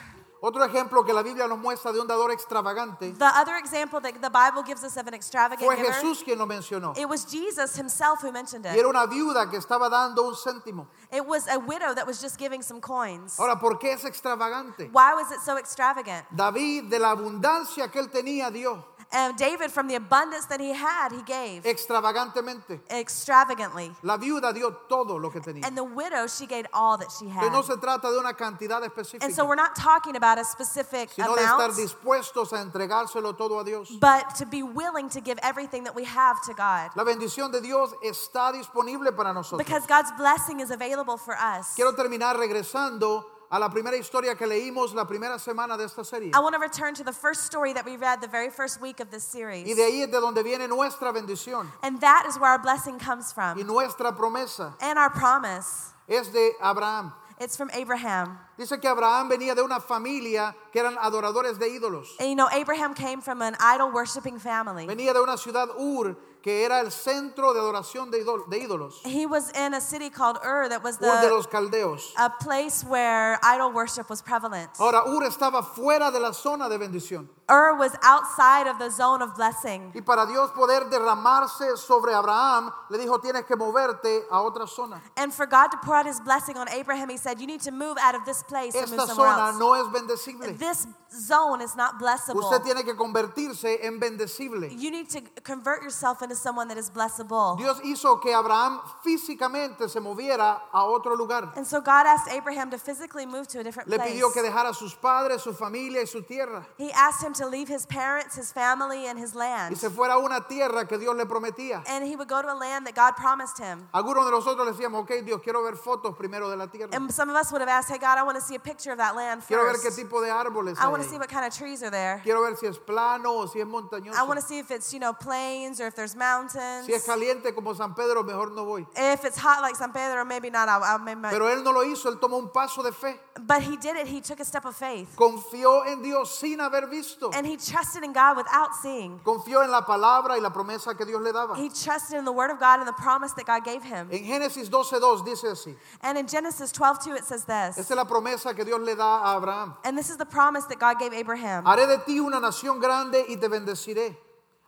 [SPEAKER 1] Otro ejemplo que la Biblia nos muestra de un dador extravagante
[SPEAKER 2] The other example that the Bible gives us of an extravagant
[SPEAKER 1] fue
[SPEAKER 2] giver,
[SPEAKER 1] Jesús quien lo mencionó.
[SPEAKER 2] it was Jesus himself who mentioned
[SPEAKER 1] Y
[SPEAKER 2] it.
[SPEAKER 1] era una viuda que estaba dando un céntimo.
[SPEAKER 2] It was a widow that was just giving some coins.
[SPEAKER 1] Ahora, ¿por qué es extravagante?
[SPEAKER 2] Why was it so extravagant?
[SPEAKER 1] David de la abundancia que él tenía dio
[SPEAKER 2] And David, from the abundance that he had, he gave
[SPEAKER 1] extravagantemente.
[SPEAKER 2] extravagantly.
[SPEAKER 1] La viuda dio todo lo que tenía.
[SPEAKER 2] And the widow, she gave all that she
[SPEAKER 1] Entonces,
[SPEAKER 2] had.
[SPEAKER 1] no se trata de una cantidad
[SPEAKER 2] And so
[SPEAKER 1] específica,
[SPEAKER 2] we're not talking about a specific
[SPEAKER 1] sino de estar
[SPEAKER 2] amount,
[SPEAKER 1] dispuestos a entregárselo todo a Dios.
[SPEAKER 2] but to be willing to give everything that we have to God.
[SPEAKER 1] La bendición de Dios está disponible para nosotros.
[SPEAKER 2] Because God's blessing is available for us.
[SPEAKER 1] Quiero terminar regresando a la primera historia que leímos la primera semana de esta serie.
[SPEAKER 2] I want to return to the first story that we read the very first week of this
[SPEAKER 1] Y
[SPEAKER 2] series.
[SPEAKER 1] de ahí es de donde viene nuestra bendición
[SPEAKER 2] And that is where our blessing comes
[SPEAKER 1] y
[SPEAKER 2] from.
[SPEAKER 1] nuestra promesa
[SPEAKER 2] And our promise.
[SPEAKER 1] es de Abraham.
[SPEAKER 2] It's from Abraham.
[SPEAKER 1] Dice que Abraham venía de una familia que eran adoradores de ídolos.
[SPEAKER 2] And you know, Abraham came from an idol worshiping family.
[SPEAKER 1] Venía de una ciudad Ur que era el centro de adoración de, idol- de ídolos,
[SPEAKER 2] He was in a city called Ur that was
[SPEAKER 1] Ur de
[SPEAKER 2] the
[SPEAKER 1] los caldeos.
[SPEAKER 2] a place where idol worship was prevalent.
[SPEAKER 1] Ahora Ur estaba fuera de la zona de bendición
[SPEAKER 2] Ur was outside of the zone of blessing.
[SPEAKER 1] y para Dios poder derramarse sobre Abraham le dijo tienes que moverte a otra zona.
[SPEAKER 2] And for God to pour out his blessing on Abraham, he said, You need to move out of this place and
[SPEAKER 1] Esta
[SPEAKER 2] move somewhere
[SPEAKER 1] zona
[SPEAKER 2] else.
[SPEAKER 1] no es bendecible.
[SPEAKER 2] This zone is not
[SPEAKER 1] Usted
[SPEAKER 2] blessable.
[SPEAKER 1] tiene que convertirse en bendecible.
[SPEAKER 2] You need to convert yourself into someone that is blessable.
[SPEAKER 1] Dios hizo que Abraham físicamente se moviera a otro lugar.
[SPEAKER 2] And so God asked Abraham to physically move to a different
[SPEAKER 1] Le
[SPEAKER 2] place.
[SPEAKER 1] pidió que dejara a sus padres, su familia y su tierra
[SPEAKER 2] He asked him to leave his parents, his family, and his
[SPEAKER 1] y
[SPEAKER 2] land.
[SPEAKER 1] se fuera a una tierra que Dios le prometía.
[SPEAKER 2] And he would go to a land that God promised him.
[SPEAKER 1] Algunos de nosotros le decíamos, ok Dios, quiero ver fotos primero de la tierra.
[SPEAKER 2] And some of us would have asked, Hey, God, I want to see a picture of that land
[SPEAKER 1] Quiero ver qué
[SPEAKER 2] first.
[SPEAKER 1] tipo de árboles
[SPEAKER 2] I
[SPEAKER 1] hay.
[SPEAKER 2] want to see
[SPEAKER 1] ahí.
[SPEAKER 2] what kind of trees are there.
[SPEAKER 1] Quiero ver si es plano o si es montañoso.
[SPEAKER 2] I want to see if it's, you know, plains or if there's mountains.
[SPEAKER 1] Si es caliente como San Pedro, mejor no voy.
[SPEAKER 2] If it's hot like San Pedro, maybe not. I, I may, might-
[SPEAKER 1] Pero él no lo hizo, él tomó un paso de fe.
[SPEAKER 2] but he did it. He took a step of faith.
[SPEAKER 1] Confió en Dios sin haber visto.
[SPEAKER 2] And he trusted in God without seeing.
[SPEAKER 1] Confió en la palabra y la promesa que Dios le daba.
[SPEAKER 2] He trusted in the word of God and the promise that God gave him.
[SPEAKER 1] En Génesis 12:2 dice así.
[SPEAKER 2] And in Genesis 12, 2, it says this.
[SPEAKER 1] Esta es la promesa que Dios le da a Abraham.
[SPEAKER 2] And this is the promise that God gave Abraham.
[SPEAKER 1] Haré de ti una nación grande y te bendeciré.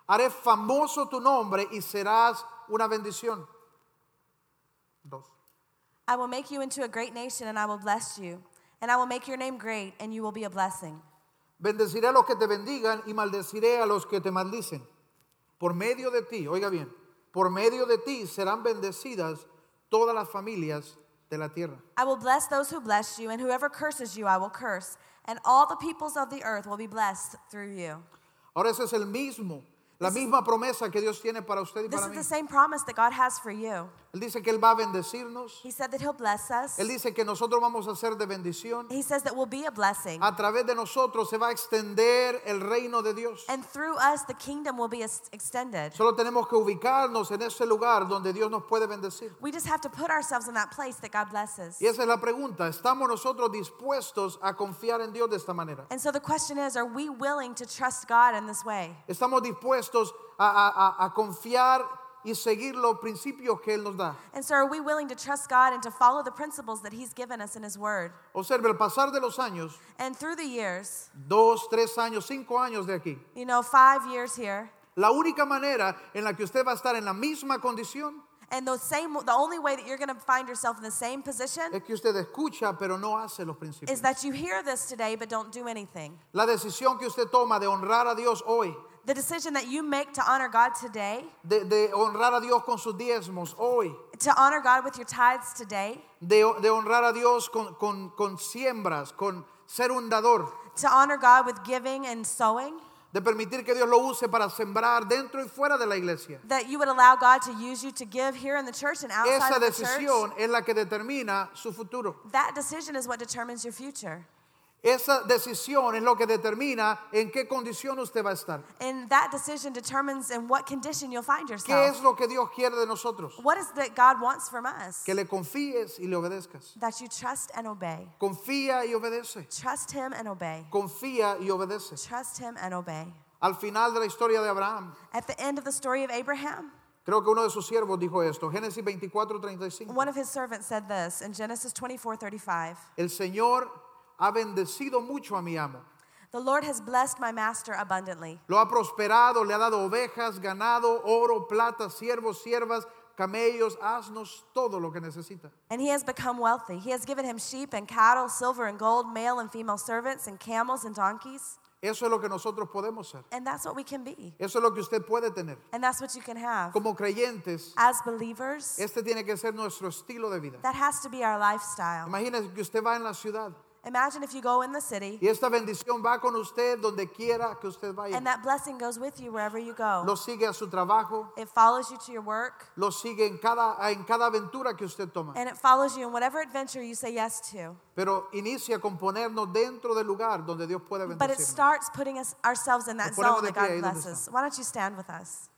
[SPEAKER 1] Haré famoso tu nombre y serás una bendición. Dos.
[SPEAKER 2] I will make you into a great nation and I will bless you. And I will make your name great and you will be a blessing.
[SPEAKER 1] Bendeciré a los que te bendigan y maldeciré a los que te maldicen. Por medio de ti, oiga bien, por medio de ti serán bendecidas todas las familias de la tierra.
[SPEAKER 2] I will bless those who bless you, and whoever curses you, I will curse. And all the peoples of the earth will be blessed through you.
[SPEAKER 1] Ahora ese es el mismo, la misma promesa que Dios tiene para usted y
[SPEAKER 2] This
[SPEAKER 1] para
[SPEAKER 2] is
[SPEAKER 1] mí.
[SPEAKER 2] the same promise that God has for you.
[SPEAKER 1] Él dice que Él va a bendecirnos.
[SPEAKER 2] He said that He'll bless us.
[SPEAKER 1] Él dice que nosotros vamos a ser de bendición.
[SPEAKER 2] He says that we'll be a blessing.
[SPEAKER 1] A través de nosotros se va a extender el reino de Dios.
[SPEAKER 2] And through us, the kingdom will be es- extended.
[SPEAKER 1] Solo tenemos que ubicarnos en ese lugar donde Dios nos puede bendecir.
[SPEAKER 2] We just have to put ourselves in that place that God blesses.
[SPEAKER 1] Y esa es la pregunta. ¿Estamos nosotros dispuestos a confiar en Dios de esta manera?
[SPEAKER 2] And so the question is are we willing to trust God in this way?
[SPEAKER 1] ¿Estamos dispuestos a, a- a- a confiar y seguir los principios que Él nos da?
[SPEAKER 2] And so are we willing to trust God and to follow the principles that He's given us in His Word?
[SPEAKER 1] Observe, al pasar de los años,
[SPEAKER 2] And through the years,
[SPEAKER 1] dos, tres años, cinco años de aquí,
[SPEAKER 2] you know, five years here,
[SPEAKER 1] La única manera en la que usted va a estar en la misma condición
[SPEAKER 2] And the same, the only way that you're going to find yourself in the same position
[SPEAKER 1] es que usted escucha pero no hace los
[SPEAKER 2] is
[SPEAKER 1] principios.
[SPEAKER 2] that you hear this today but don't do anything.
[SPEAKER 1] La decisión que usted toma de honrar a Dios hoy,
[SPEAKER 2] The decision that you make to honor God today,
[SPEAKER 1] de, de honrar a Dios con sus diezmos hoy,
[SPEAKER 2] to honor God with your tithes today,
[SPEAKER 1] de, de honrar a Dios con, con- con siembras, con ser un dador,
[SPEAKER 2] to honor God with giving and sowing,
[SPEAKER 1] de permitir que Dios lo use para sembrar dentro y fuera de la iglesia.
[SPEAKER 2] that you would allow God to use you to give here in the church and outside
[SPEAKER 1] Esa
[SPEAKER 2] of the church.
[SPEAKER 1] decisión es la que determina su futuro.
[SPEAKER 2] That decision is what determines your future.
[SPEAKER 1] Esa decisión es lo que determina en qué condición usted va a estar.
[SPEAKER 2] And that decision determines in what condition you'll find
[SPEAKER 1] ¿Qué es
[SPEAKER 2] yourself.
[SPEAKER 1] lo que Dios quiere de nosotros?
[SPEAKER 2] What is that God wants from us?
[SPEAKER 1] Que le confíes y le obedezcas.
[SPEAKER 2] That you trust and obey.
[SPEAKER 1] Confía y obedece.
[SPEAKER 2] Trust Him and obey.
[SPEAKER 1] Confía y obedece.
[SPEAKER 2] Trust Him and obey.
[SPEAKER 1] Al final de la historia de Abraham,
[SPEAKER 2] At the end of the story of Abraham,
[SPEAKER 1] creo que uno de sus siervos dijo esto, Génesis 24, 35.
[SPEAKER 2] one of his servants said this in Genesis 24 35.
[SPEAKER 1] El Señor ha bendecido mucho a mi amo.
[SPEAKER 2] The Lord has blessed my master abundantly.
[SPEAKER 1] Lo ha prosperado, le ha dado ovejas, ganado, oro, plata, siervos, siervas, camellos, asnos, todo lo que necesita.
[SPEAKER 2] And he has become wealthy. He has given him sheep and cattle, silver and gold, male and female servants, and camels and donkeys.
[SPEAKER 1] Eso es lo que nosotros podemos ser.
[SPEAKER 2] And that's what we can be.
[SPEAKER 1] Eso es lo que usted puede tener.
[SPEAKER 2] And that's what you can have.
[SPEAKER 1] Como creyentes,
[SPEAKER 2] As believers,
[SPEAKER 1] este tiene que ser nuestro estilo de vida.
[SPEAKER 2] that has to be our lifestyle.
[SPEAKER 1] Imagínese que usted va en la ciudad
[SPEAKER 2] Imagine if you go in the city
[SPEAKER 1] y esta bendición va con usted donde quiera que usted vaya.
[SPEAKER 2] and that blessing goes with you wherever you
[SPEAKER 1] Lo
[SPEAKER 2] go.
[SPEAKER 1] sigue a su trabajo,
[SPEAKER 2] It follows you to your work
[SPEAKER 1] lo sigue en cada, en cada aventura que usted toma.
[SPEAKER 2] and it follows you in whatever adventure you say yes to.
[SPEAKER 1] Pero inicia con ponernos dentro del lugar donde Dios puede
[SPEAKER 2] But it
[SPEAKER 1] bendecirnos.
[SPEAKER 2] starts putting us, ourselves in that
[SPEAKER 1] Nos ponemos
[SPEAKER 2] zone
[SPEAKER 1] de
[SPEAKER 2] that
[SPEAKER 1] pie ahí
[SPEAKER 2] God
[SPEAKER 1] donde
[SPEAKER 2] blesses.
[SPEAKER 1] estamos.
[SPEAKER 2] Why don't you stand with us?